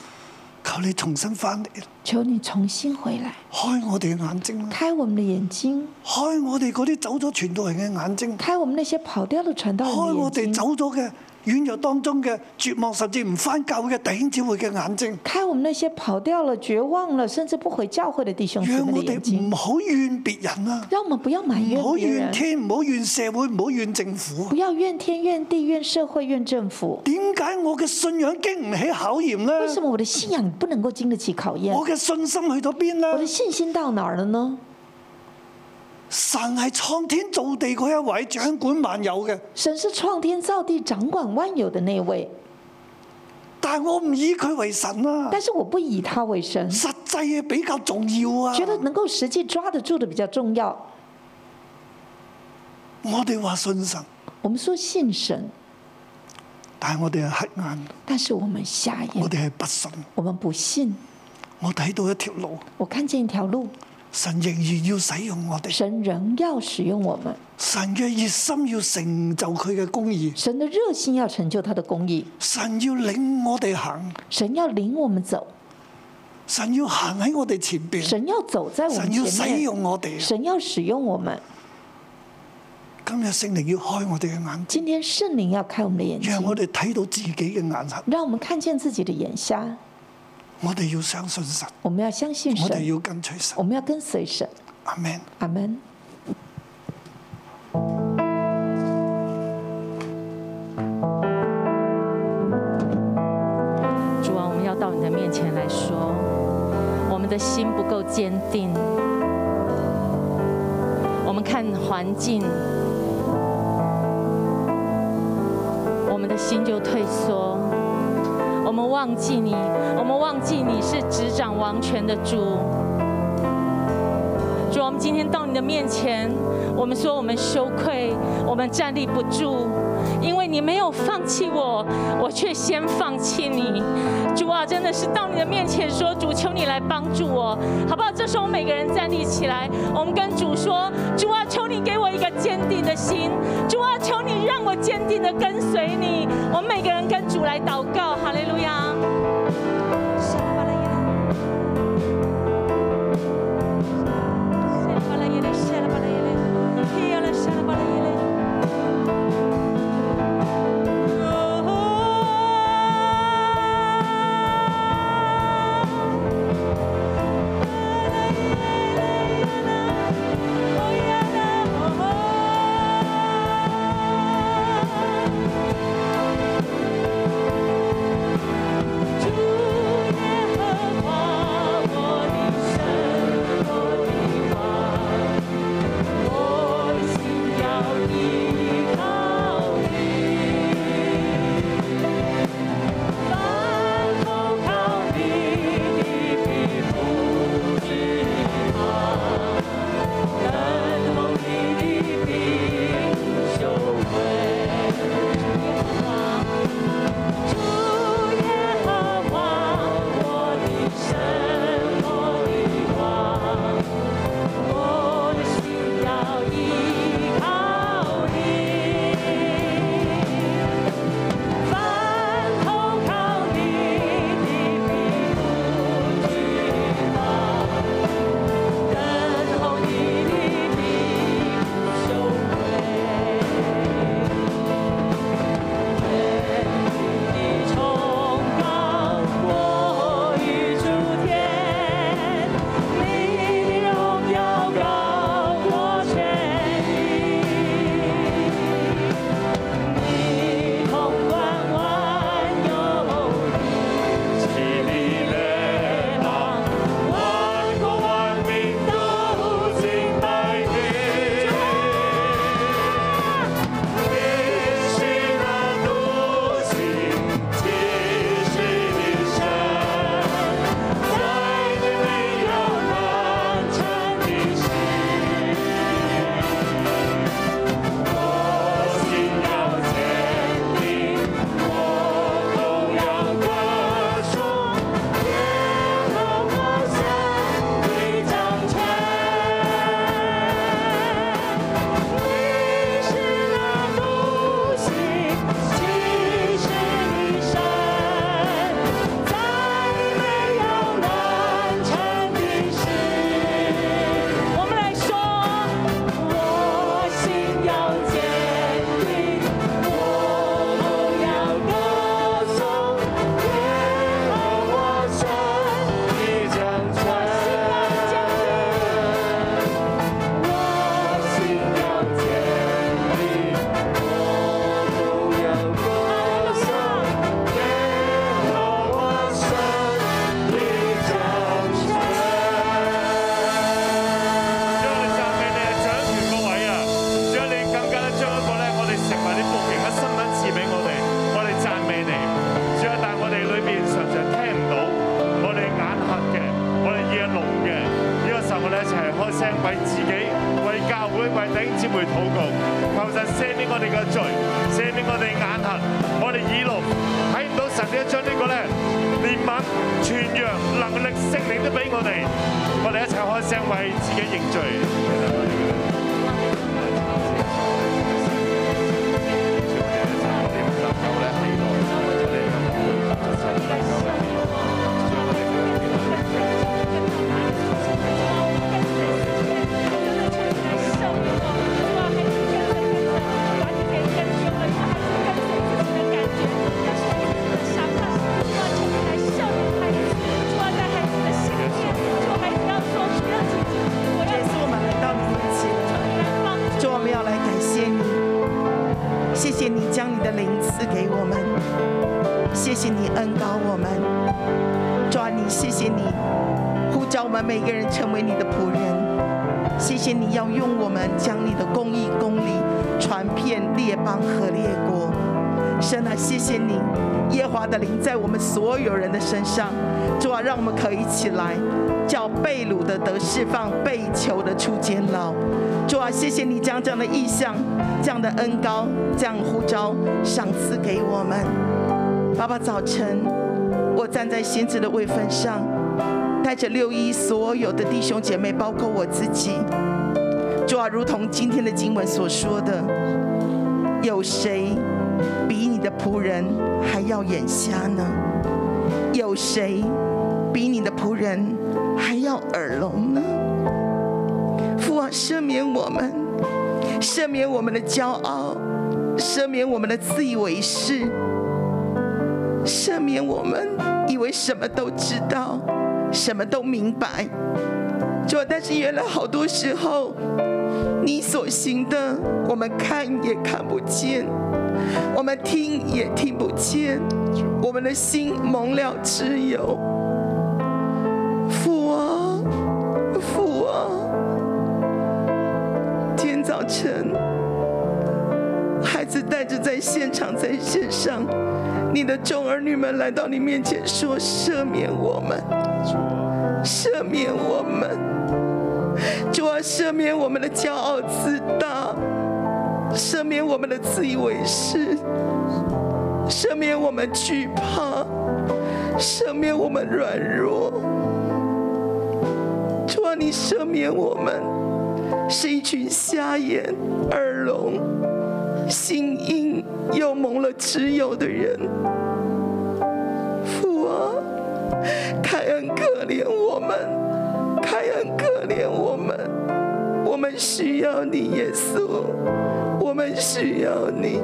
[SPEAKER 2] 求你重新翻嚟啦，
[SPEAKER 3] 求你重新回來，
[SPEAKER 2] 開我哋嘅眼睛啦，
[SPEAKER 3] 開我們的眼睛，
[SPEAKER 2] 開我哋嗰啲走咗傳道人嘅眼睛。
[SPEAKER 3] 開我們那些跑掉的傳道
[SPEAKER 2] 開
[SPEAKER 3] 人
[SPEAKER 2] 我
[SPEAKER 3] 的
[SPEAKER 2] 哋
[SPEAKER 3] 眼
[SPEAKER 2] 走
[SPEAKER 3] 睛，
[SPEAKER 2] 咗嘅軟弱當中嘅絕望，甚至唔翻教會嘅弟兄姊妹嘅眼睛，
[SPEAKER 3] 開我們那些跑掉了、絕望了，甚至不回教會的弟兄姊
[SPEAKER 2] 讓
[SPEAKER 3] 妹的
[SPEAKER 2] 我
[SPEAKER 3] 眼
[SPEAKER 2] 哋
[SPEAKER 3] 睛
[SPEAKER 2] 唔，好怨別人啊！
[SPEAKER 3] 讓我們不要埋怨
[SPEAKER 2] 唔好
[SPEAKER 3] 別
[SPEAKER 2] 怨
[SPEAKER 3] 人。嗯
[SPEAKER 2] 天，唔好怨社會，唔好怨政府啊
[SPEAKER 3] 不。要怨天怨地怨社会怨政府。
[SPEAKER 2] 點解我嘅信仰經唔起考驗
[SPEAKER 3] 为什
[SPEAKER 2] 呢？
[SPEAKER 3] 么我的信仰不能够经得起考验
[SPEAKER 2] 我？嘅信心去到邊
[SPEAKER 3] 我的
[SPEAKER 2] 呢？
[SPEAKER 3] 信心到哪儿了呢？
[SPEAKER 2] 神係創天造地嗰一位，掌管萬有嘅，
[SPEAKER 3] 神是创天造地、掌管万有的那位，
[SPEAKER 2] 但係我唔以佢為神啊！
[SPEAKER 3] 但是我不以他为神，
[SPEAKER 2] 實際嘅比較重要啊！
[SPEAKER 3] 觉得能够实际抓得住的比较重要。
[SPEAKER 2] 我哋話信神，
[SPEAKER 3] 我们说信神，
[SPEAKER 2] 但係我哋係黑眼，
[SPEAKER 3] 但是我们瞎
[SPEAKER 2] 我
[SPEAKER 3] 眼，
[SPEAKER 2] 哋係不信。
[SPEAKER 3] 我们不信。
[SPEAKER 2] 我睇到一條路。
[SPEAKER 3] 我看见一条路，
[SPEAKER 2] 神仍然要使用我哋，
[SPEAKER 3] 神仍要使用我们，
[SPEAKER 2] 神嘅熱心要成就佢嘅公義，
[SPEAKER 3] 神的热心要成就他的公义，
[SPEAKER 2] 神要領我哋行，
[SPEAKER 3] 神要领我们走，
[SPEAKER 2] 神要行喺我哋前邊，
[SPEAKER 3] 神要走在我
[SPEAKER 2] 神要
[SPEAKER 3] 们
[SPEAKER 2] 使
[SPEAKER 3] 前面，
[SPEAKER 2] 用我哋。
[SPEAKER 3] 神要使用我们。
[SPEAKER 2] 今日聖靈要開我哋嘅眼，
[SPEAKER 3] 今天圣灵要开我们的眼睛，
[SPEAKER 2] 讓我哋睇到自己嘅眼神。
[SPEAKER 3] 让我们看见自己的眼瞎。
[SPEAKER 2] 我哋要相信神，
[SPEAKER 3] 我们要相信
[SPEAKER 2] 我哋
[SPEAKER 3] 神，
[SPEAKER 2] 要跟隨神
[SPEAKER 3] 我。们要跟随神。
[SPEAKER 2] 阿 Man，
[SPEAKER 3] 阿门。
[SPEAKER 4] 主啊，我们要到你的面前来说，我们的心不够坚定。我们看环境，我们的心就退缩。我们忘记你，我们忘记你是执掌王权的主。主啊，我们今天到你的面前，我们说我们羞愧，我们站立不住，因为你没有放弃我，我却先放弃你。主啊，真的是到你的面前说，主求你来帮助我，好不好？这时候每个人站立起来，我们跟主说，主啊，求你给我一个坚定的心，主啊，求你让我坚定的跟随你。我们每个人跟主来祷告，哈利路亚。Oh,
[SPEAKER 5] 啊一齊開聲為自己、為教會、為弟兄姊妹禱告，求神赦免我哋嘅罪，赦免我哋眼痕，我哋耳聾，睇唔到神呢一張呢個咧憐憫、傳揚、能力、聖靈都俾我哋，我哋一齊開聲為自己認罪。
[SPEAKER 6] 这次我们来到你面前，主，我们要来感谢你，谢谢你将你的灵赐给我们，谢谢你恩高我们，主啊，你谢谢你呼召我们每个人成为你的仆人，谢谢你要用我们将你的公义公理传遍列邦和列国。神啊，谢谢你，耶和华的灵在我们所有人的身上。主啊，让我们可以起来，叫被掳的得释放，被囚的出监牢。主啊，谢谢你将这样的意象、这样的恩高、这样呼召赏赐给我们。爸爸，早晨，我站在先知的位份上，带着六一所有的弟兄姐妹，包括我自己。主啊，如同今天的经文所说的，有谁比你的仆人还要眼瞎呢？有谁比你的仆人还要耳聋呢？父啊，赦免我们，赦免我们的骄傲，赦免我们的自以为是，赦免我们以为什么都知道，什么都明白。主啊，但是原来好多时候，你所行的，我们看也看不见。我们听也听不见，我们的心蒙了之油。父啊，父啊，今天早晨，孩子带着在现场在线上，你的众儿女们来到你面前说：赦免我们，赦免我们，主啊，赦免我们的骄傲自大。赦免我们的自以为是，赦免我们惧怕，赦免我们软弱。主啊，你赦免我们是一群瞎眼、耳聋、心硬又蒙了脂油的人。父啊，开恩可怜我们，开恩可怜我们，我们需要你，耶稣。我们需要你，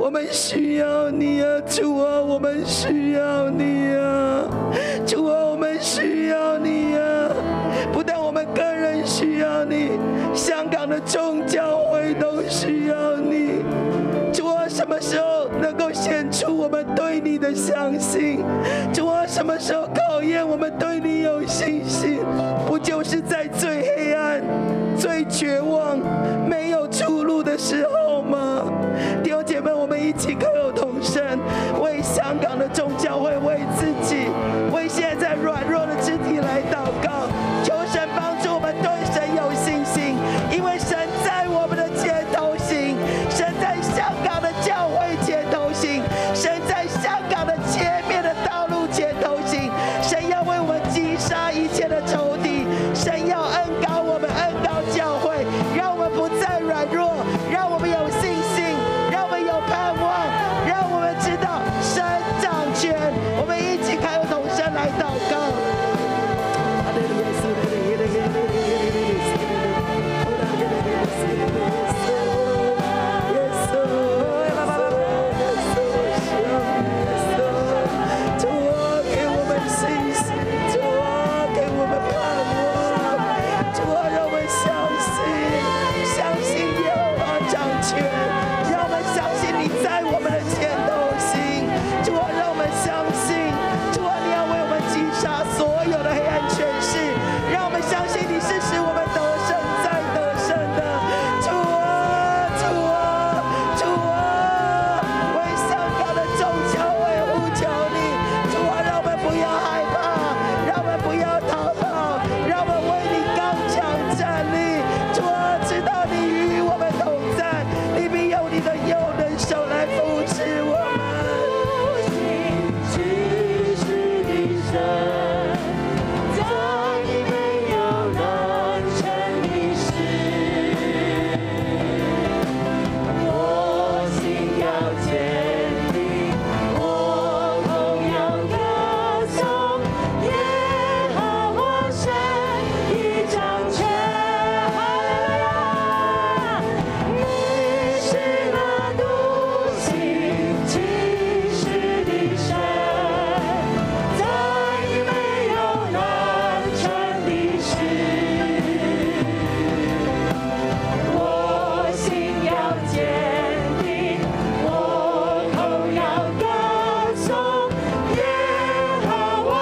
[SPEAKER 6] 我们需要你啊，主啊，我们需要你啊，主啊，我们需要你啊！不但我们个人需要你，香港的众教会都需要你。主啊，什么时候能够显出我们对你的相信？主啊，什么时候考验我们对你有信心？不就是在最黑暗、最绝望、没有出路的时候吗？弟兄姐妹，我们一起口有同声，为香港的众教会，为自己，为现在软弱的肢体来祷告，求神帮助我们对神有信心，因为神在我们的前头行。神在香港的教会前头行，神在香港的前面的道路前头行，神要为我们击杀一切的仇敌，啊啊啊啊
[SPEAKER 7] 啊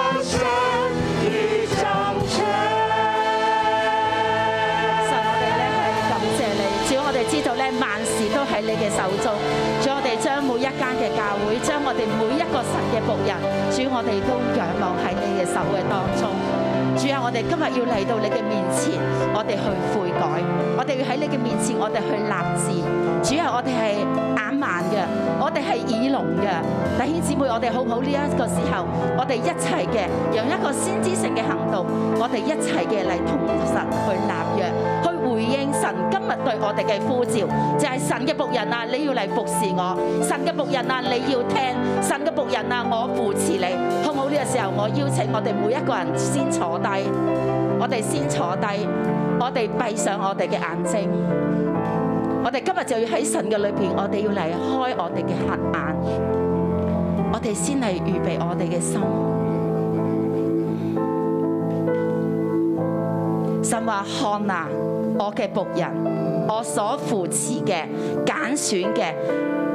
[SPEAKER 7] 嘅手中。主，啊我哋將每一間嘅教會，將我哋每一個神嘅仆人，主，啊我哋都仰望喺你嘅手嘅當中。主啊，我哋今日要嚟到你嘅面前，我哋去悔改，我哋要喺你嘅面前，我哋去立志。主啊，我哋係眼盲嘅，我哋係耳聾嘅。弟兄姊妹，我哋好唔好呢一個時候，我哋一齊嘅，用一個先知性嘅行動，我哋一齊嘅嚟同神去立約，去回應神今日對我哋嘅呼召，就係、神嘅仆人啊，你要嚟服侍我；神嘅仆人啊，你要聽；神嘅仆人啊，我扶持你。好唔好呢個時候，我邀請我哋每一個人先坐低，我哋先坐低，我哋閉上我哋嘅眼睛。我哋今日就要喺神嘅裏邊，我哋要嚟開我哋嘅黑眼，我哋先嚟預備我哋嘅心。神話看啊，我嘅仆人，我所扶持嘅、揀選嘅，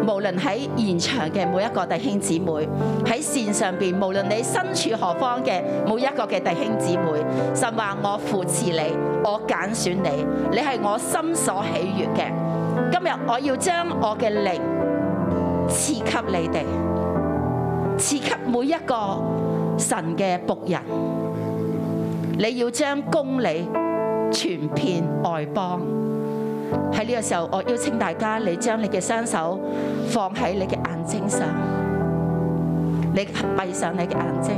[SPEAKER 7] 無論喺現場嘅每一個弟兄姊妹，喺線上邊，無論你身處何方嘅每一個嘅弟兄姊妹，神話我扶持你，我揀選你，你係我心所喜悅嘅。今日我要將我嘅靈賜給你哋，賜給每一個神嘅仆人。你要將公理傳遍外邦。喺呢個時候，我邀請大家，你將你嘅雙手放喺你嘅眼睛上，你閉上你嘅眼睛。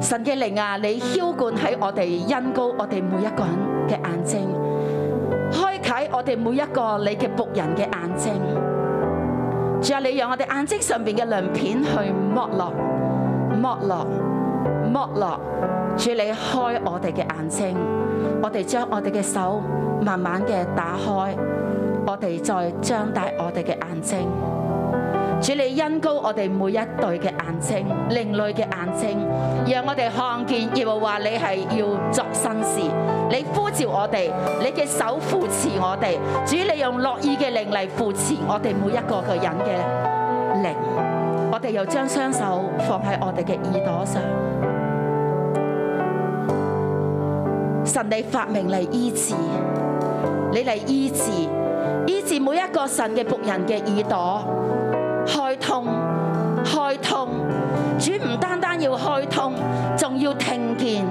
[SPEAKER 7] 神嘅靈啊，你澆灌喺我哋恩高，我哋每一個人嘅眼睛，開啟我哋每一個你嘅仆人嘅眼睛。主啊，你讓我哋眼睛上邊嘅鱗片去剝落，剝落。剝落，主你開我哋嘅眼睛，我哋將我哋嘅手慢慢嘅打開，我哋再張大我哋嘅眼睛。主你恩高我哋每一對嘅眼睛，另類嘅眼睛，讓我哋看見耶和華你係要作新事，你呼召我哋，你嘅手扶持我哋，主你用樂意嘅靈嚟扶持我哋每一個嘅人嘅靈，我哋又將雙手放喺我哋嘅耳朵上。神你發明嚟醫治，你嚟醫治，醫治每一個神嘅仆人嘅耳朵，開通，開通。主唔單單要開通，仲要聽見，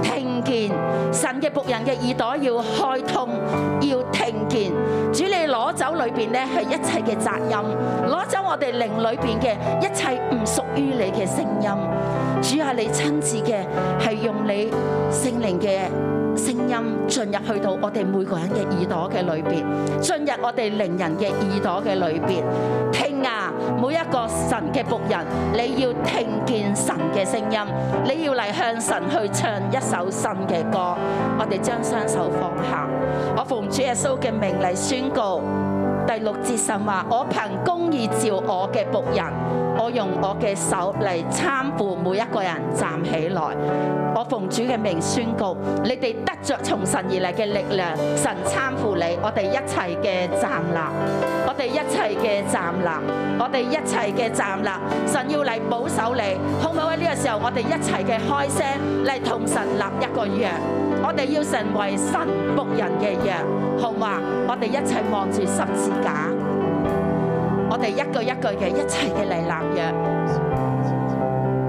[SPEAKER 7] 聽見。神嘅仆人嘅耳朵要開通，要聽見。主你攞走裏邊咧係一切嘅雜音，攞走我哋靈裏邊嘅一切唔屬於你嘅聲音。主啊，你親自嘅係用你聖靈嘅聲音進入去到我哋每個人嘅耳朵嘅裏邊，進入我哋靈人嘅耳朵嘅裏邊。聽啊，每一個神嘅僕人，你要聽見神嘅聲音，你要嚟向神去唱一首新嘅歌。我哋將雙手放下，我奉主耶穌嘅名嚟宣告。第六節神話：我憑公義召我嘅僕人，我用我嘅手嚟參扶每一個人站起來。我奉主嘅名宣告，你哋得着從神而嚟嘅力量，神參扶你，我哋一齊嘅站立，我哋一齊嘅站立，我哋一齊嘅站立，神要嚟保守你，好唔好啊喺呢個時候，我哋一齊嘅開聲嚟同神立一個約。我哋要成為神僕人嘅羊，好嘛？我哋一齊望住十字架，我哋一句一句嘅一齊嘅嚟立約。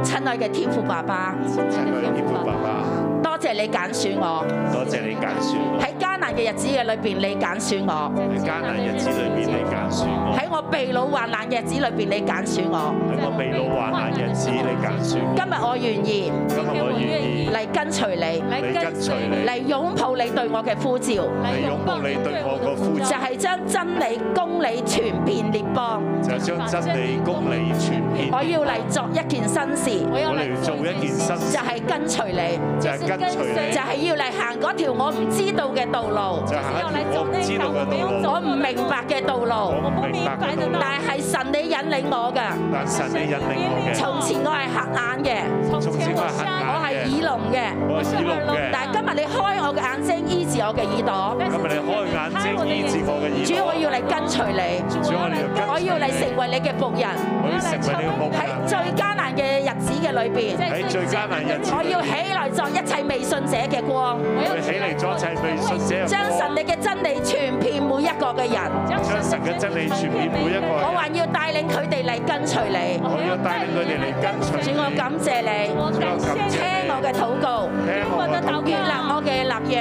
[SPEAKER 7] 親愛嘅天父爸爸，
[SPEAKER 5] 親愛嘅天父爸爸，
[SPEAKER 7] 多謝你揀選我，
[SPEAKER 5] 多謝你揀選我，
[SPEAKER 7] 喺艱難嘅日子嘅裏邊，你揀選我；
[SPEAKER 5] 喺艱難日子裏面你揀選我，
[SPEAKER 7] 喺我被擄患難嘅日子裏邊，你揀選我。
[SPEAKER 5] 喺我被老患難日子你揀選我，
[SPEAKER 7] 今日我願意
[SPEAKER 5] 今日我願意
[SPEAKER 7] 嚟跟隨你，
[SPEAKER 5] 嚟跟隨你，
[SPEAKER 7] 嚟擁抱你對我嘅呼召，
[SPEAKER 5] 嚟擁抱你對我個呼
[SPEAKER 7] 就
[SPEAKER 5] 召，
[SPEAKER 7] 係將真理、公理傳遍列邦。
[SPEAKER 5] 就將真理公理傳遍。
[SPEAKER 7] 我要嚟做一件新事，
[SPEAKER 5] 我嚟做一件新
[SPEAKER 7] 就
[SPEAKER 5] 事，
[SPEAKER 7] 係跟隨你。
[SPEAKER 5] 就係跟隨你
[SPEAKER 7] 就，係要嚟行嗰條我唔知道嘅道路，
[SPEAKER 5] 就行一條我唔知道嘅道路，
[SPEAKER 7] 我唔明白嘅道
[SPEAKER 5] 我
[SPEAKER 7] 路，
[SPEAKER 5] 唔明白嘅道路，
[SPEAKER 7] 但係神你引領我嘅。
[SPEAKER 5] 但神你引領我嘅，
[SPEAKER 7] 從前我係黑眼嘅，
[SPEAKER 5] 從前我係
[SPEAKER 7] 我係
[SPEAKER 5] 黑眼嘅，
[SPEAKER 7] 耳聾嘅，
[SPEAKER 5] 我係耳聾嘅，
[SPEAKER 7] 但係今日你開我嘅眼睛，醫治我嘅耳朵。
[SPEAKER 5] 今日你開眼睛醫治我嘅耳
[SPEAKER 7] 主，
[SPEAKER 5] 朵，
[SPEAKER 7] 我要嚟跟隨你，
[SPEAKER 5] 主我哋要
[SPEAKER 7] 我
[SPEAKER 5] 跟
[SPEAKER 7] 要嚟
[SPEAKER 5] 隨
[SPEAKER 7] 成
[SPEAKER 5] 你，
[SPEAKER 7] 為你嘅僕人。
[SPEAKER 5] 我要成為你嘅僕
[SPEAKER 7] 喺
[SPEAKER 5] 人，
[SPEAKER 7] 最艱難嘅日子嘅裏邊，
[SPEAKER 5] 喺最艱難日子，
[SPEAKER 7] 我要起來作一切未信者嘅光，
[SPEAKER 5] 我要起嚟咗一齊未信者嘅
[SPEAKER 7] 將神
[SPEAKER 5] 光，
[SPEAKER 7] 你嘅真理傳遍每一個我嘅人，
[SPEAKER 8] 将
[SPEAKER 5] 将神嘅真理傳遍每一個
[SPEAKER 7] 我
[SPEAKER 5] 人
[SPEAKER 7] 還要帶領佢哋嚟跟隨你。
[SPEAKER 5] 我要帶領佢哋嚟跟隨
[SPEAKER 7] 主，
[SPEAKER 5] 你
[SPEAKER 7] 我感謝你，
[SPEAKER 8] 我感謝你
[SPEAKER 7] 聽我嘅禱告，
[SPEAKER 5] 聽我嘅禱
[SPEAKER 7] 立我嘅立約，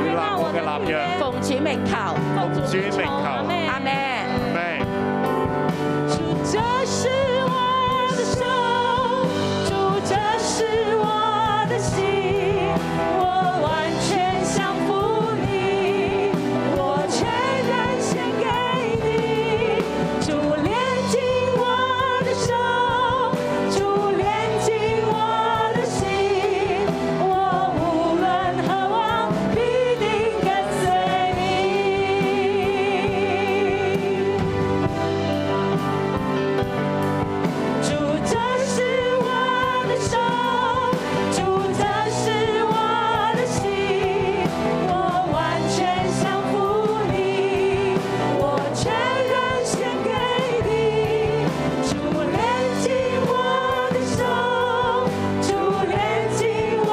[SPEAKER 5] 要立我嘅立約，
[SPEAKER 7] 奉主名求，
[SPEAKER 5] 奉主名求。
[SPEAKER 7] 阿咩？
[SPEAKER 5] 咩？
[SPEAKER 8] 主，这是我的手，主，这是我的心，我完全降服你，我全然献给你。主连进我的手，主连进我的心，我无论何往，必定跟随你。主，这是我的手；主，这是我的心。我完全降服你，我全然献给你。主，连进我的手；主，连进我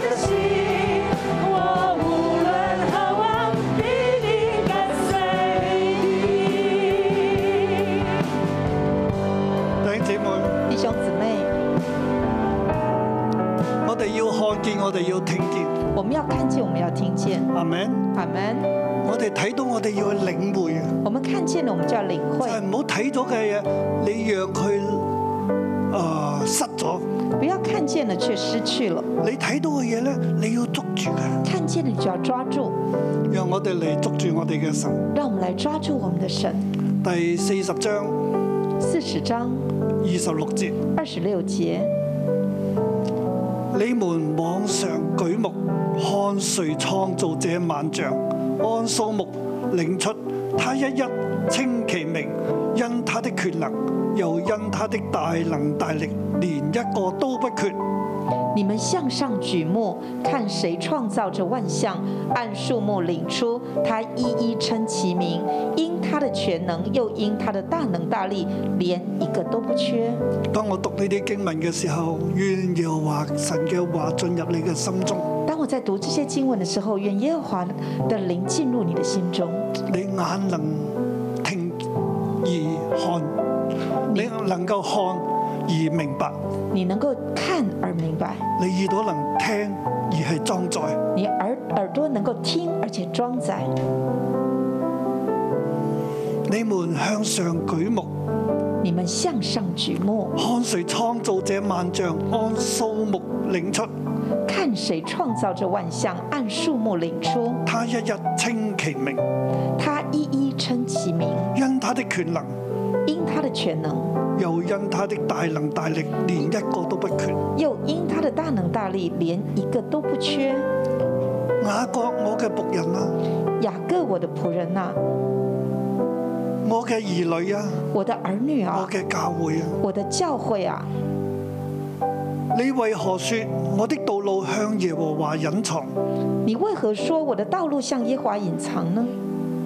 [SPEAKER 8] 的心。我无论何往，必定跟随你。
[SPEAKER 2] 弟兄姊妹，
[SPEAKER 3] 弟兄姊妹，
[SPEAKER 2] 我哋要看見，我哋要聽見，
[SPEAKER 3] 我们要看见，我们要听见，
[SPEAKER 2] 阿咪？
[SPEAKER 3] 阿门。
[SPEAKER 2] 我哋睇到，我哋要去領會啊！
[SPEAKER 3] 我们看见了，我们就要领
[SPEAKER 2] 就
[SPEAKER 3] 会，
[SPEAKER 2] 係唔好睇咗嘅嘢，你讓佢啊失咗。
[SPEAKER 3] 不要看见了却失去了，
[SPEAKER 2] 你睇到嘅嘢咧，你要捉住嘅，
[SPEAKER 3] 看见了你就要抓住。
[SPEAKER 2] 讓我哋嚟捉住我哋嘅神。
[SPEAKER 3] 让我们来抓住我们的神。
[SPEAKER 2] 第四十章
[SPEAKER 3] 四十章
[SPEAKER 2] 二十六節。
[SPEAKER 3] 二十六节，
[SPEAKER 2] 你們往上舉目，看誰創造這萬象，按數目領出，他一一稱其名，因他的權能，又因他的大能大力，連一個都不缺。
[SPEAKER 3] 你们向上举目，看谁创造这万象，按数目领出，他一一称其名。因他的全能，又因他的大能大力，连一个都不缺。
[SPEAKER 2] 當我讀呢啲經文嘅時候，願耶和華神嘅話進入你嘅心中，
[SPEAKER 3] 当我在读这些经文的时候，愿耶和华的灵进入你的心中，
[SPEAKER 2] 你眼能聽而看，你能夠看而明白，
[SPEAKER 3] 你能够看而明白，
[SPEAKER 2] 你耳朵能聽而係裝載。
[SPEAKER 3] 你耳耳朵能够听，而且装载。
[SPEAKER 2] 你們向上舉目。
[SPEAKER 3] 你们向上举目，
[SPEAKER 2] 看谁創造這萬象，按數目領出，
[SPEAKER 3] 看谁创造这万象，按数目领出，
[SPEAKER 2] 他一日稱其名，
[SPEAKER 3] 他一一称其名。
[SPEAKER 2] 因他的權能，
[SPEAKER 3] 因他的全能，
[SPEAKER 2] 又因他的大能大力，連一個都不缺。
[SPEAKER 3] 又因他的大能大力，连一个都不缺。
[SPEAKER 2] 雅各，我嘅仆人啊，
[SPEAKER 3] 雅各，我的仆人啊呐、
[SPEAKER 2] 我嘅兒女啊，
[SPEAKER 3] 我的儿女啊
[SPEAKER 2] 我，嘅教會啊，
[SPEAKER 3] 我的教会啊，
[SPEAKER 2] 你為何說我的道路向耶和華隱藏？
[SPEAKER 3] 你为何说我的道路向耶和华隐藏呢？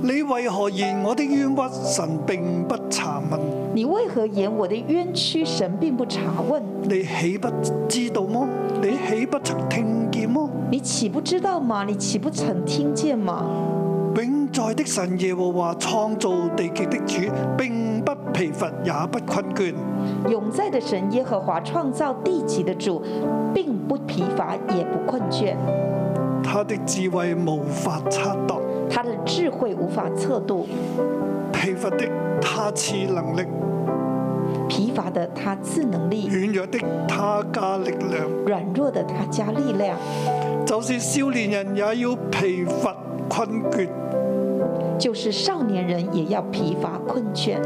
[SPEAKER 2] 你為何言我的冤屈神並不查問？
[SPEAKER 3] 你为何言我的冤屈神并不查问？
[SPEAKER 2] 你豈不知道麼？你豈不曾聽見麼？
[SPEAKER 3] 你岂不知道吗？你岂不曾听见吗？
[SPEAKER 2] 永在的神耶和华創造地極的主，並不疲乏，也不困倦。
[SPEAKER 3] 永在的神耶和华创造地极的主，并不疲乏，也不困倦，
[SPEAKER 2] 他的智慧無法測度，
[SPEAKER 3] 他的智慧无法测度，
[SPEAKER 2] 疲乏的他賜能力，
[SPEAKER 3] 疲乏的他自能力。
[SPEAKER 2] 軟弱的他加力量。
[SPEAKER 3] 软弱的他加力量，
[SPEAKER 2] 就是少年人也要疲乏困倦，
[SPEAKER 3] 就是少年人也要疲乏困倦，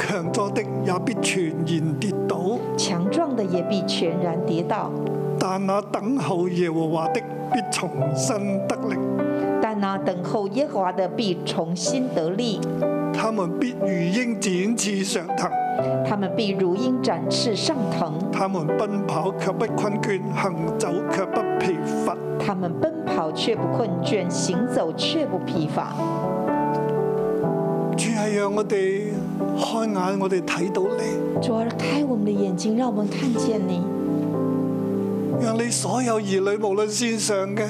[SPEAKER 2] 強壯的也必全然跌倒。
[SPEAKER 3] 强壮的也必全然跌倒。
[SPEAKER 2] 但那等候耶和華的，必重新得力。
[SPEAKER 3] 但那等候耶和华的必重新得力，
[SPEAKER 2] 他們必如鷹展翅上騰，
[SPEAKER 3] 他们必如鹰展翅上腾，
[SPEAKER 2] 他們奔跑卻不困倦，行走卻不疲乏。
[SPEAKER 3] 他们奔跑却不困倦，行走却不疲乏。
[SPEAKER 2] 主係讓我哋開眼，我哋睇到你，
[SPEAKER 3] 主啊，开我们的眼睛，让我们看见你，
[SPEAKER 2] 讓你所有兒女，無論線上嘅、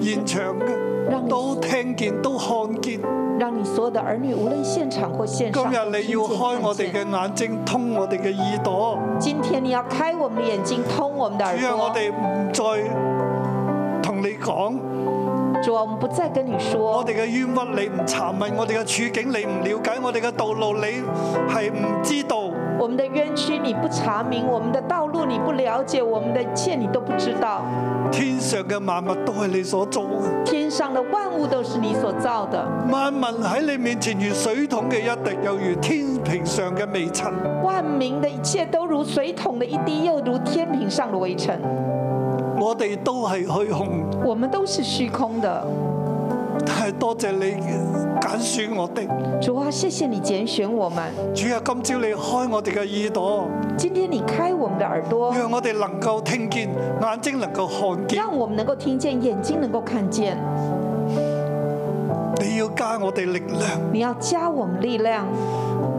[SPEAKER 2] 現場
[SPEAKER 3] 讓
[SPEAKER 2] 嘅，
[SPEAKER 3] 你
[SPEAKER 2] 都聽見、都看見。
[SPEAKER 3] 让你所有的儿女，无论现场或线
[SPEAKER 2] 今
[SPEAKER 3] 上，
[SPEAKER 2] 日
[SPEAKER 3] 都听
[SPEAKER 2] 你
[SPEAKER 3] 见
[SPEAKER 2] 要開我哋
[SPEAKER 3] 看见
[SPEAKER 2] 嘅眼睛，通我哋嘅耳朵。
[SPEAKER 3] 今天你要开我们的眼睛，通我们的耳
[SPEAKER 2] 主啊，我
[SPEAKER 3] 朵。
[SPEAKER 2] 哋唔再同你講，
[SPEAKER 3] 主啊，我们不再跟你
[SPEAKER 2] 我
[SPEAKER 3] 说，
[SPEAKER 2] 哋嘅冤屈你唔查問，我哋嘅處境你唔了解，我哋嘅道路你係唔知道。
[SPEAKER 3] 我们的冤屈你不查明，我们的道路你不了解，我们的欠你都不知道。
[SPEAKER 2] 天上嘅萬物都係你所做嘅，
[SPEAKER 3] 天上的万物都是你所造的，
[SPEAKER 2] 萬民喺你面前如水桶嘅一滴，又如天平上嘅微塵。
[SPEAKER 3] 万民的一切都如水桶的一滴，又如天平上的微尘。
[SPEAKER 2] 我哋都係去紅，
[SPEAKER 3] 我们都是虚空的。
[SPEAKER 2] 但係多謝你揀選我哋。
[SPEAKER 3] 主啊，谢谢你拣选我们。
[SPEAKER 2] 主啊，今朝你開我哋嘅耳朵，
[SPEAKER 3] 今天你开我们的耳朵，
[SPEAKER 2] 讓我哋能夠聽見，眼睛能夠看見。
[SPEAKER 3] 让我们能够听见，眼睛能够看见。
[SPEAKER 2] 你要加我哋力量，
[SPEAKER 3] 你要加我们力量，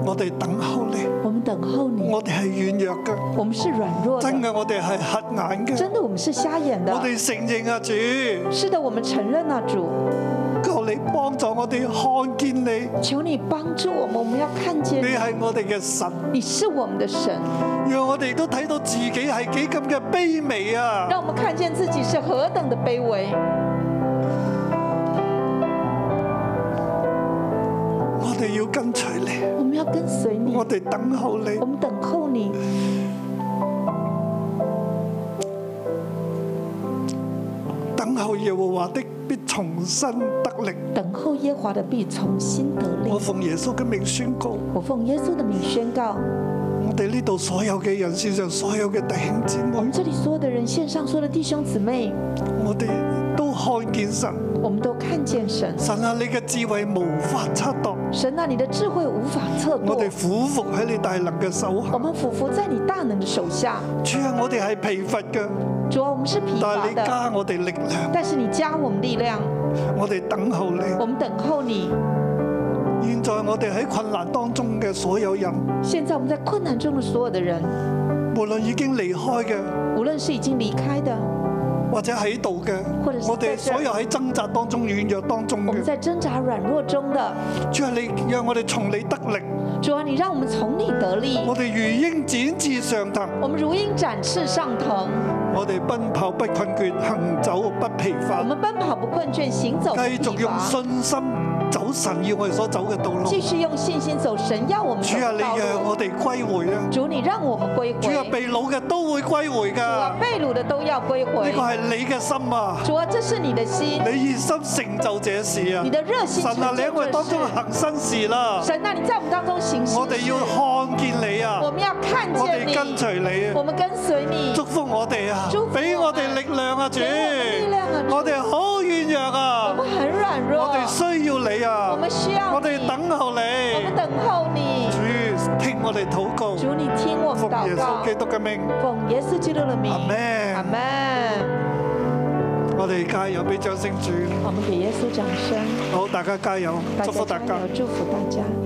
[SPEAKER 2] 我哋等候你。
[SPEAKER 3] 我们等候你。
[SPEAKER 2] 我哋係軟弱嘅，
[SPEAKER 3] 我们是软弱的，
[SPEAKER 2] 真嘅，我哋係黑眼嘅。
[SPEAKER 3] 真的我们是瞎眼的
[SPEAKER 2] 我。哋承認啊，主，
[SPEAKER 3] 是的，我们承认啊，主，
[SPEAKER 2] 求你幫助我哋看見你，
[SPEAKER 3] 求你幫助我们，我们要看见
[SPEAKER 2] 你
[SPEAKER 3] 你，
[SPEAKER 2] 係我哋嘅神，
[SPEAKER 3] 你是我们的神，
[SPEAKER 2] 讓我哋都睇到自己係幾咁嘅卑微啊！
[SPEAKER 3] 让我们看见自己是何等的卑微。
[SPEAKER 2] 我哋要跟隨你，
[SPEAKER 3] 我们要跟随你，
[SPEAKER 2] 我哋等候你
[SPEAKER 3] 我。们等候你。
[SPEAKER 2] 等候耶和華的必重新得力。
[SPEAKER 3] 等候耶和华的必重新得力
[SPEAKER 2] 我。奉耶穌嘅名宣告，
[SPEAKER 3] 我奉耶稣的名宣告，
[SPEAKER 2] 我哋呢度所有嘅人，線上所有嘅弟兄姊
[SPEAKER 3] 我
[SPEAKER 2] 妹
[SPEAKER 3] 们，这里所有的人，线上所有的弟兄姊妹，
[SPEAKER 2] 我哋都看見神。
[SPEAKER 3] 我们都看见神。
[SPEAKER 2] 神啊，你嘅智慧無法測度，
[SPEAKER 3] 神啊，你的智慧无法测
[SPEAKER 2] 我
[SPEAKER 3] 度，
[SPEAKER 2] 哋俯伏喺你大能嘅手下
[SPEAKER 3] 我。们俯伏在你大能的手下。
[SPEAKER 2] 主啊，我哋係疲乏嘅，
[SPEAKER 3] 主啊，我们是疲
[SPEAKER 2] 但
[SPEAKER 3] 乏
[SPEAKER 2] 係你
[SPEAKER 3] 的，
[SPEAKER 2] 加我哋力量，
[SPEAKER 3] 但是你加我们力量，
[SPEAKER 2] 我哋等候你。
[SPEAKER 3] 我们等候你。
[SPEAKER 2] 現在我哋喺困難當中嘅所有人，
[SPEAKER 3] 现在我们在困难中的所有的人，
[SPEAKER 2] 無論已經離開嘅
[SPEAKER 3] 无论是已经离开的，
[SPEAKER 2] 或者喺度嘅
[SPEAKER 3] 或者，是
[SPEAKER 2] 我哋所有喺掙扎當中、軟弱當中
[SPEAKER 3] 我们
[SPEAKER 2] 嘅，
[SPEAKER 3] 在挣扎软弱中的，
[SPEAKER 2] 主啊，你讓我哋從你得力，
[SPEAKER 3] 主啊，你让我们从你得力，
[SPEAKER 2] 我哋如鷹展翅上騰，
[SPEAKER 3] 我们如鹰展翅上腾，
[SPEAKER 2] 我哋奔跑不困倦，行走不疲
[SPEAKER 3] 我
[SPEAKER 2] 乏，
[SPEAKER 3] 们奔跑不困倦，行走不疲
[SPEAKER 2] 繼續用
[SPEAKER 3] 乏。
[SPEAKER 2] 信心走神要我哋所走嘅道路。
[SPEAKER 3] 继续用信心走神要我们走
[SPEAKER 2] 主啊，
[SPEAKER 3] 的
[SPEAKER 2] 你
[SPEAKER 3] 道
[SPEAKER 2] 讓
[SPEAKER 3] 路。
[SPEAKER 2] 我哋歸回啊！
[SPEAKER 3] 主，你让我们归回。
[SPEAKER 2] 主啊，被擄嘅都會歸回㗎。
[SPEAKER 3] 主啊，被掳的都要归回
[SPEAKER 2] 呢個。係你嘅心啊！
[SPEAKER 3] 主啊，这是你的心，
[SPEAKER 2] 你熱心成就這事啊
[SPEAKER 3] 你！的热心
[SPEAKER 2] 神
[SPEAKER 3] 成
[SPEAKER 2] 啊，你喺我哋
[SPEAKER 3] 就这
[SPEAKER 2] 當中
[SPEAKER 3] 事。
[SPEAKER 2] 行新事啦！
[SPEAKER 3] 神啊，你在我们当中行事。
[SPEAKER 2] 我哋要看見你啊！
[SPEAKER 3] 我们要看
[SPEAKER 2] 我
[SPEAKER 3] 见
[SPEAKER 2] 哋
[SPEAKER 3] 你，
[SPEAKER 2] 跟隨你
[SPEAKER 3] 我
[SPEAKER 2] 啊！
[SPEAKER 3] 们跟随你。
[SPEAKER 2] 祝福我哋啊
[SPEAKER 3] 祝福我！哋
[SPEAKER 2] 俾我哋力量啊，主！
[SPEAKER 3] 俾我哋力量啊主
[SPEAKER 2] 我哋好軟弱
[SPEAKER 3] 我
[SPEAKER 2] 啊！
[SPEAKER 3] 们很软弱，
[SPEAKER 2] 我哋需要你啊！
[SPEAKER 3] 我們需要你
[SPEAKER 2] 我哋等候
[SPEAKER 3] 我们
[SPEAKER 2] 你，
[SPEAKER 3] 等候你。
[SPEAKER 2] 主聽我哋禱告，
[SPEAKER 3] 主，你听我们
[SPEAKER 2] 奉耶
[SPEAKER 3] 祷告
[SPEAKER 2] 穌基，督嘅名，
[SPEAKER 3] 奉耶稣基督的名，
[SPEAKER 2] 阿
[SPEAKER 3] 阿
[SPEAKER 2] 門！
[SPEAKER 3] 门。
[SPEAKER 2] 我哋加油，俾掌聲主！
[SPEAKER 3] 我们给耶稣掌声，
[SPEAKER 2] 好，大家加油，
[SPEAKER 3] 大
[SPEAKER 2] 祝福
[SPEAKER 3] 家
[SPEAKER 2] 大
[SPEAKER 3] 加
[SPEAKER 2] 家
[SPEAKER 3] 油。，祝福大家。